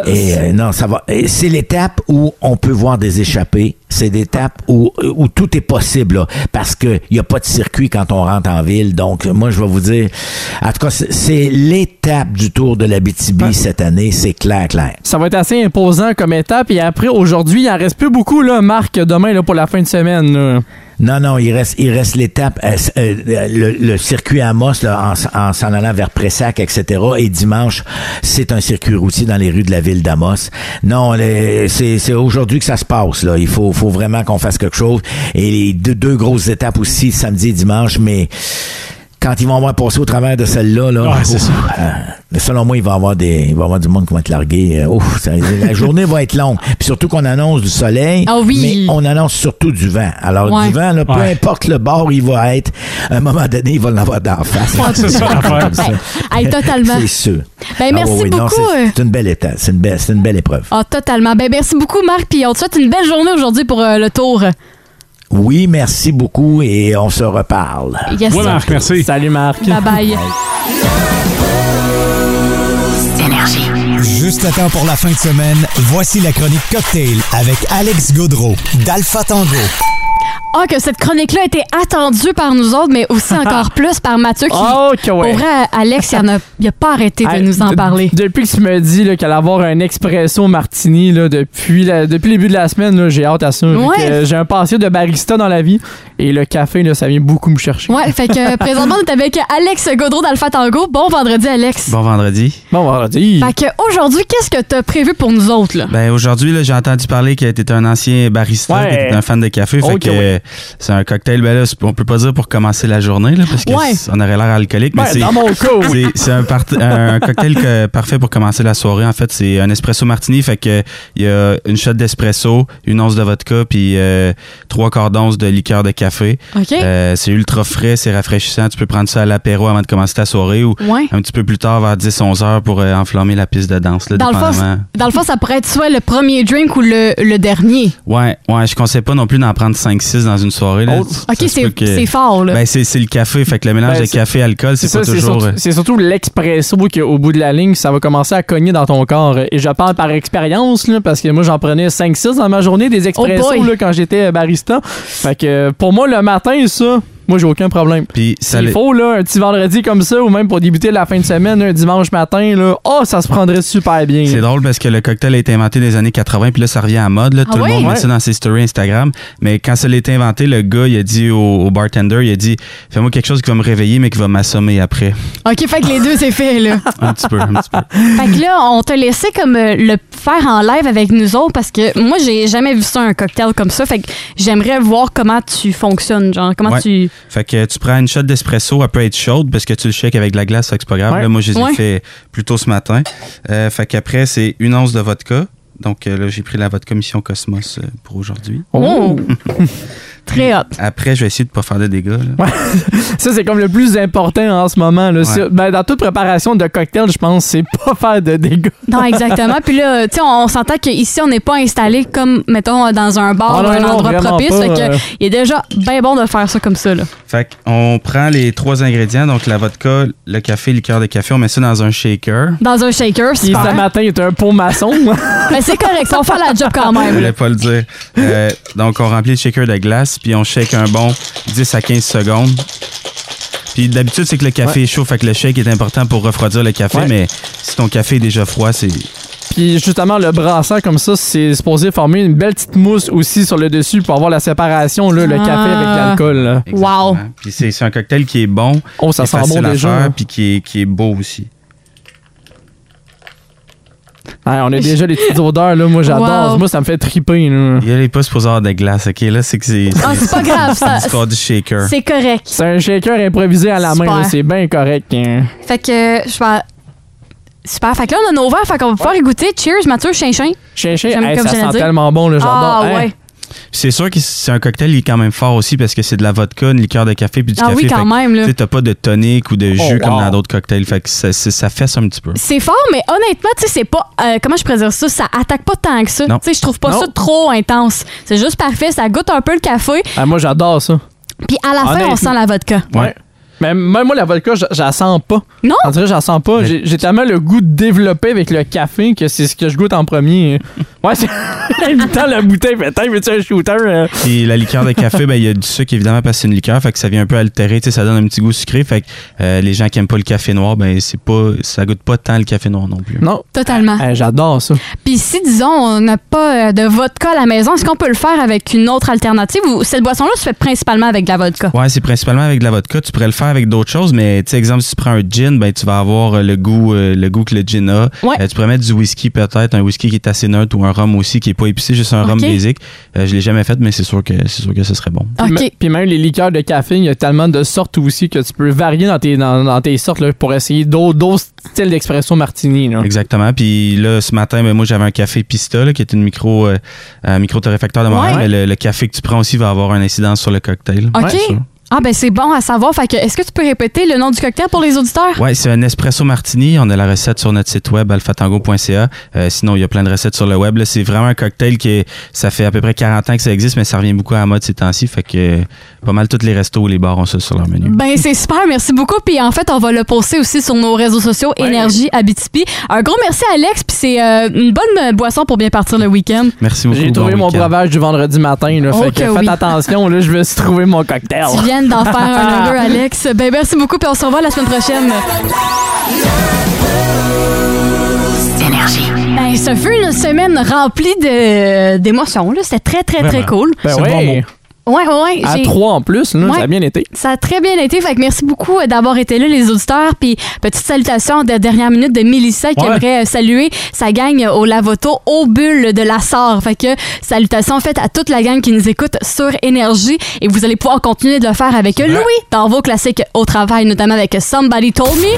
S13: et euh, non, ça va. et C'est l'étape où on peut voir des échappées. C'est l'étape où, où tout est possible, là, parce qu'il n'y a pas de circuit quand on rentre en ville. Donc, moi, je vais vous dire, en tout cas, c'est- c'est l'étape du Tour de l'Abitibi cette année. C'est clair, clair.
S4: Ça va être assez imposant comme étape. Et après, aujourd'hui, il en reste plus beaucoup, là, Marc, demain, là, pour la fin de semaine. là.
S13: Non, non, il reste, il reste l'étape, euh, euh, le, le circuit Amos là, en, s- en s'en allant vers Pressac, etc. Et dimanche, c'est un circuit routier dans les rues de la ville d'Amos. Non, les- c'est c'est aujourd'hui que ça se passe. Là. Il faut, faut vraiment qu'on fasse quelque chose. Et les deux, deux grosses étapes aussi, samedi et dimanche, mais quand ils vont avoir passé au travers de celle-là, là,
S3: Ouais, Ah, c'est
S13: ouf,
S3: ça.
S13: euh, selon moi, il va y avoir des, il va y avoir du monde qui va être largué. Euh, ouf, ça- la journée va être longue. Puis surtout qu'on annonce du soleil,
S2: Ah oui.
S13: mais on annonce surtout du vent. Alors
S2: Ouais.
S13: du vent, là, peu
S2: Ouais.
S13: importe le bord, il va être. À un moment donné, il va l'avoir d'en face.
S2: Ouais, c'est ça, l'affaire.
S13: Comme ça.
S2: Ben, hey, totalement.
S13: C'est sûr. Ah,
S2: Ben, merci
S13: non,
S2: beaucoup,
S13: c'est-
S2: euh.
S13: C'est une belle étape. C'est une belle, c'est une belle épreuve.
S2: Ah, totalement. Ben, merci beaucoup, Marc. Puis on te souhaite une belle journée aujourd'hui pour euh, le tour.
S13: Oui, merci beaucoup et on se reparle.
S2: Yes, Oui, sir. Marc,
S13: merci.
S4: Salut, Marc.
S2: Bye bye.
S12: Juste à temps pour la fin de semaine, voici la chronique Cocktail avec Alex Gaudreau d'Alpha Tango.
S2: Ah, que cette chronique-là était attendue par nous autres, mais aussi encore plus par Mathieu qui.
S14: Ah,
S4: Oh, que ouais.
S2: Pour vrai, Alex, il en a, il a pas arrêté de
S4: Hey,
S2: nous en
S4: de-
S2: parler.
S4: Depuis que tu me dis là, qu'elle va avoir un expresso martini là, depuis, la- depuis le début de la semaine, là, j'ai hâte à ça. vu
S2: Ouais.
S4: que, euh, j'ai un passé de barista dans la vie et le café, là, ça vient beaucoup me chercher.
S2: Ouais, fait que euh, présentement, on est avec Alex Gaudreau d'Alpha Tango. Bon vendredi, Alex.
S14: Bon vendredi.
S4: Bon vendredi.
S2: Fait que aujourd'hui, qu'est-ce que t'as prévu pour nous autres, là?
S14: Ben aujourd'hui, là, j'ai entendu parler que t'es un ancien barista,
S2: Ouais.
S14: que t'es un fan de café. Fait
S2: Ok,
S14: que
S2: ouais.
S14: c'est un cocktail, ben là, c'est- on peut pas dire pour commencer la journée, là, parce que
S2: Ouais.
S14: c'est- on aurait l'air alcoolique.
S4: Ben,
S14: mais c'est,
S4: dans mon cas, oui.
S14: c'est- c'est un, part- un cocktail que- parfait pour commencer la soirée. En fait, c'est un espresso martini. Fait que il y a une shot d'espresso, une once de vodka, puis euh, trois quarts d'once de liqueur de café.
S2: Ok.
S14: Euh, c'est ultra frais, c'est rafraîchissant. Tu peux prendre ça à l'apéro avant de commencer ta soirée ou
S2: Ouais.
S14: un petit peu plus tard, vers 10-11 heures, pour euh, enflammer la piste de danse. Là,
S2: Dans le, fond,
S14: euh, dépendamment.
S2: c'est- dans le fond, ça pourrait être soit le premier drink ou le, le dernier.
S14: Ouais, ouais, je conseille pas non plus d'en prendre 5-6 dans une soirée. Là. Ça
S2: Ok,
S14: se
S2: c'est-
S14: peut que-
S2: c'est fort, là.
S14: Ben, c'est c'est le café, fait que le mélange
S4: Ben,
S14: de café et alcool, c'est pas
S4: ça,
S14: toujours.
S4: surtout-
S14: euh,
S4: C'est surtout, l'expresso qu'au bout de la ligne, ça va commencer à cogner dans ton corps. Euh, Et je parle par expérience, là, parce que moi, j'en prenais 5-6 dans ma journée, des expressos
S2: Oh boy.
S4: là, quand j'étais euh, barista. Fait que euh, pour moi, le matin, ça, moi, j'ai aucun problème.
S14: Puis ça
S4: Il
S14: l'est-
S4: faut, là, un petit vendredi comme ça, ou même pour débuter la fin de semaine, un dimanche matin, là, oh, ça se prendrait super bien.
S14: C'est drôle parce que le cocktail a été inventé dans les années 80, puis là, ça revient à mode. Là.
S4: Ah
S14: Tout
S4: ouais?
S14: le monde met
S4: Ouais.
S14: ça dans ses stories Instagram. Mais quand ça a été inventé, le gars, il a dit au, au bartender, il a dit Fais-moi quelque chose qui va me réveiller, mais qui va m'assommer après.
S2: Ok, fait que les deux, c'est fait, là.
S14: Un petit peu, un petit peu.
S2: Fait que là, on t'a laissé comme euh, le faire en live avec nous autres parce que moi, j'ai jamais vu ça, un cocktail comme ça. Fait que j'aimerais voir comment tu fonctionnes, genre, comment
S14: Ouais.
S2: tu.
S14: Fait que tu prends une shot d'espresso, elle peut être chaude parce que tu le shakes avec de la glace, fait que c'est pas grave.
S2: Ouais.
S14: Là, moi, je les ai
S2: Ouais.
S14: fait plus tôt ce matin. Euh, fait qu'après, c'est une once de vodka. Donc euh, là, j'ai pris la vodka Mission Cosmos euh, pour aujourd'hui.
S2: Oh. Très hot.
S14: Après, je vais essayer de pas faire de dégâts. là.
S4: Ça, c'est comme le plus important en ce moment. Là.
S14: Ouais.
S4: Sur- ben, dans toute préparation de cocktail, je pense, c'est pas faire de dégâts.
S2: Non, exactement. Puis là, tu sais, on, on s'entend qu'ici, on n'est pas installé comme, mettons, dans un bar
S4: Ah
S2: ou
S4: non,
S2: un
S4: non,
S2: endroit
S4: vraiment
S2: propice.
S4: pas,
S2: fait que
S14: euh.
S2: il est déjà bien bon de faire ça comme ça, là.
S14: Fait qu'on prend les trois ingrédients, donc la vodka, le café, le liqueur de café, on met ça dans un shaker.
S2: Dans un shaker,
S4: Puis
S2: super.
S4: ce matin, il était un pot maçon. hein?
S2: Mais c'est correct, on va faire la job quand
S14: Je
S2: même.
S14: voulais pas le dire. Euh, donc, on remplit le shaker de glace, puis on shake un bon 10 à 15 secondes. Puis d'habitude, c'est que le café
S4: Ouais.
S14: est chaud, fait que le shake est important pour refroidir le café,
S4: Ouais.
S14: mais si ton café est déjà froid, c'est.
S4: Puis justement, le brassant comme ça, c'est supposé former une belle petite mousse aussi sur le dessus pour avoir la séparation, là, le
S2: Ah.
S4: café avec l'alcool. là.
S2: Wow.
S14: hein. Puis c'est c'est un cocktail qui est bon.
S4: Oh, ça
S14: qui est
S4: sent bon
S14: facile à
S4: déjà,
S14: faire,
S4: hein.
S14: Puis qui est, qui est beau aussi.
S4: Ah, on a déjà les petites odeurs, là. Moi, j'adore.
S2: Wow.
S4: Moi, ça me fait triper. là.
S14: Il est pas supposé avoir de glace, ok? Là, c'est que c'est.
S2: Ah, c'est pas grave,
S14: c'est
S2: ça.
S14: l'histoire du shaker.
S2: C'est correct.
S4: C'est un shaker improvisé à la main,
S2: Super.
S4: là, c'est bien correct. hein.
S2: Fait que, euh, je vais. Super. Fait que là, on a nos verres. Fait qu'on va pouvoir y goûter. Cheers, Mathieu, chinchin.
S4: Chinchin,
S2: J'aime
S4: hey,
S2: comme
S4: ça
S2: je l'ai
S4: sent
S2: dit.
S4: tellement bon, là, j'adore.
S2: Ah,
S14: Hein?
S4: Hey.
S2: ouais.
S14: Puis C'est sûr que c'est un cocktail qui est quand même fort aussi parce que c'est de la vodka, une liqueur de café puis du
S2: Ah
S14: café.
S2: oui, quand
S14: Fait que,
S2: même, là.
S14: tu sais, T'as pas de tonique ou de jus
S2: Oh,
S14: comme
S2: wow.
S14: dans d'autres cocktails. Fait que ça, ça, ça fesse un petit peu.
S2: C'est fort, mais honnêtement, tu sais, c'est pas. euh, comment je pourrais dire ça? Ça attaque pas tant que ça. Tu
S14: Non.
S2: sais, je trouve pas
S14: Non.
S2: ça trop intense. C'est juste parfait. Ça goûte un peu le café.
S4: Ah, moi, j'adore ça.
S2: Puis à la fin,
S4: Honnêtement.
S2: on sent la vodka.
S4: Ouais. Mais même moi, la vodka, je je la sens pas.
S2: Non?
S4: On dirait que je la sens pas. J'ai j'ai tellement le goût de développer avec le café que c'est ce que je goûte en premier. Ouais, c'est. Il me tend la bouteille, mais attends, veux-tu un shooter? euh?
S14: Puis la liqueur de café, ben, il y a du sucre évidemment parce que c'est une liqueur, fait que ça vient un peu altérer, tu sais, ça donne un petit goût sucré. Fait que euh, les gens qui aiment pas le café noir, ben c'est pas, ça goûte pas tant le café noir non plus.
S4: Non. Eh,
S2: Totalement.
S4: J'adore ça.
S2: Puis si, disons, on n'a pas euh, de vodka à la maison, est-ce qu'on peut le faire avec une autre alternative ou cette boisson-là se fait principalement avec de la vodka?
S14: Ouais, c'est principalement avec de la vodka. Tu pourrais le faire avec d'autres choses, mais tu sais, exemple, si tu prends un gin, ben tu vas avoir euh, le goût, euh, le goût que le gin a.
S2: Ouais.
S14: Euh, tu pourrais mettre du whisky peut-être, un whisky qui est assez neutre ou un rhum aussi qui est pas épicé, juste un rhum
S4: Ok.
S14: basic. Euh, je l'ai jamais fait, mais c'est sûr que c'est sûr que ce serait bon.
S4: Puis me- Puis même les liqueurs de café, il y a tellement de sortes aussi que tu peux varier dans tes, dans, dans tes sortes là, pour essayer d'autres d'autres styles d'expresso martini. là.
S14: Exactement. Puis là, ce matin, ben, moi, j'avais un café Pista, là, qui est une micro, euh, un micro-torréfacteur de Montréal.
S2: Ouais.
S14: Mais le, le café que tu prends aussi va avoir une incidence sur le cocktail.
S2: OK. ah, ben c'est bon à savoir. Fait que, est-ce que tu peux répéter le nom du cocktail pour les auditeurs?
S14: Ouais, c'est un espresso martini. On a la recette sur notre site web alphatango.ca. Euh, sinon, il y a plein de recettes sur le web. là. C'est vraiment un cocktail qui est, ça fait à peu près 40 ans que ça existe, mais ça revient beaucoup à la mode ces temps-ci. Fait que euh, pas mal tous les restos et les bars ont ça sur leur menu.
S2: Ben c'est super, merci beaucoup. Puis en fait, on va le poster aussi sur nos réseaux sociaux Énergie Abitibi. Un gros merci Alex, puis c'est euh, une bonne euh, boisson pour bien partir le week-end.
S14: Merci beaucoup.
S4: J'ai
S14: bon
S4: trouvé mon
S14: week-end.
S4: breuvage du vendredi matin. Là,
S2: Oh
S4: fait que
S2: que
S4: faites
S2: oui.
S4: attention, là, je vais se trouver mon cocktail.
S2: Tu viens d'en faire un heureux, Alex. Ben merci beaucoup, puis on se revoit la semaine prochaine. Ben, ce fut une semaine remplie de- d'émotions. là. C'était très, très, très
S4: Vraiment.
S2: cool.
S4: Ben C'est le bon ouais.
S2: bon Ouais, ouais, ouais.
S4: À
S2: j'ai-
S4: trois en plus, là,
S2: Ouais.
S4: ça a bien été.
S2: Ça a très bien été. Fait que merci beaucoup euh, d'avoir été là, les auditeurs. Puis petite salutation de dernière minute de Mélissa qui
S4: Ouais.
S2: aimerait euh, saluer sa gang euh, au Lavoto au bulle de la Sarre. Fait que salutations faites à toute la gang qui nous écoute sur Énergie. Et vous allez pouvoir continuer de le faire avec euh, Louis dans vos classiques au travail, notamment avec euh, Somebody Told Me.
S7: Somebody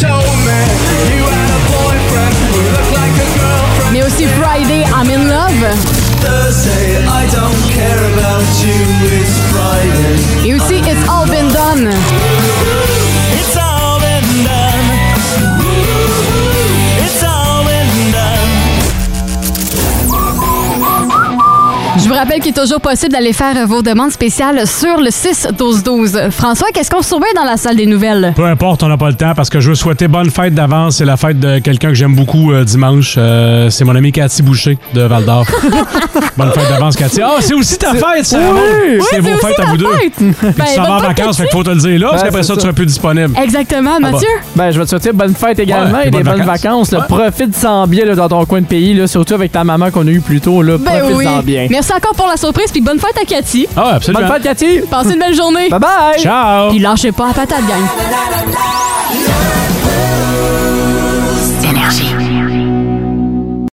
S7: told me you had a boyfriend who looked like a girlfriend.
S2: Mais aussi Friday, I'm in love.
S7: Thursday, I don't care about you. It's Friday.
S2: Et aussi It's All Been Done.
S7: It's all been done. It's all been done.
S2: Je vous rappelle qu'il est toujours possible d'aller faire euh, vos demandes spéciales sur le 6-12-12. François, qu'est-ce qu'on surveille dans la salle des nouvelles?
S3: Peu importe, on n'a pas le temps parce que je veux souhaiter bonne fête d'avance. C'est la fête de quelqu'un que j'aime beaucoup euh, dimanche. Euh, c'est mon ami Cathy Boucher de Val d'Or. bonne fête d'avance, Cathy. Ah, c'est aussi ta fête, ça!
S7: Oui!
S3: Ramon.
S7: Oui,
S3: C'est
S7: c'est
S3: vos
S7: aussi
S3: fêtes à
S7: ta
S3: vous deux.
S7: fête.
S3: Puis
S7: Ben,
S3: tu s'en vas en
S7: bonne fête,
S3: vacances,
S7: Cathy.
S3: fait qu'il faut te le dire là, parce
S4: Ouais,
S3: qu'après
S4: Ben, c'est
S3: ça, tu
S4: ça.
S3: seras plus disponible.
S2: Exactement,
S3: bah.
S2: Mathieu.
S4: Ben, je vais te souhaiter bonne fête également
S3: Ouais,
S4: et
S3: et
S4: des
S3: bonnes
S4: bonnes
S3: vacances.
S4: vacances. là. Profite-en bien là, dans ton coin de pays, là, surtout avec ta maman qu'on a eue plus tôt. là.
S2: Ben oui.
S4: Profite-en bien.
S2: Merci encore pour la surprise, puis bonne fête à Cathy.
S3: Ah, absolument.
S4: Bonne fête, Cathy.
S2: Passez une belle journée.
S4: Bye bye.
S3: Ciao.
S2: Puis lâchez pas la patate, gang.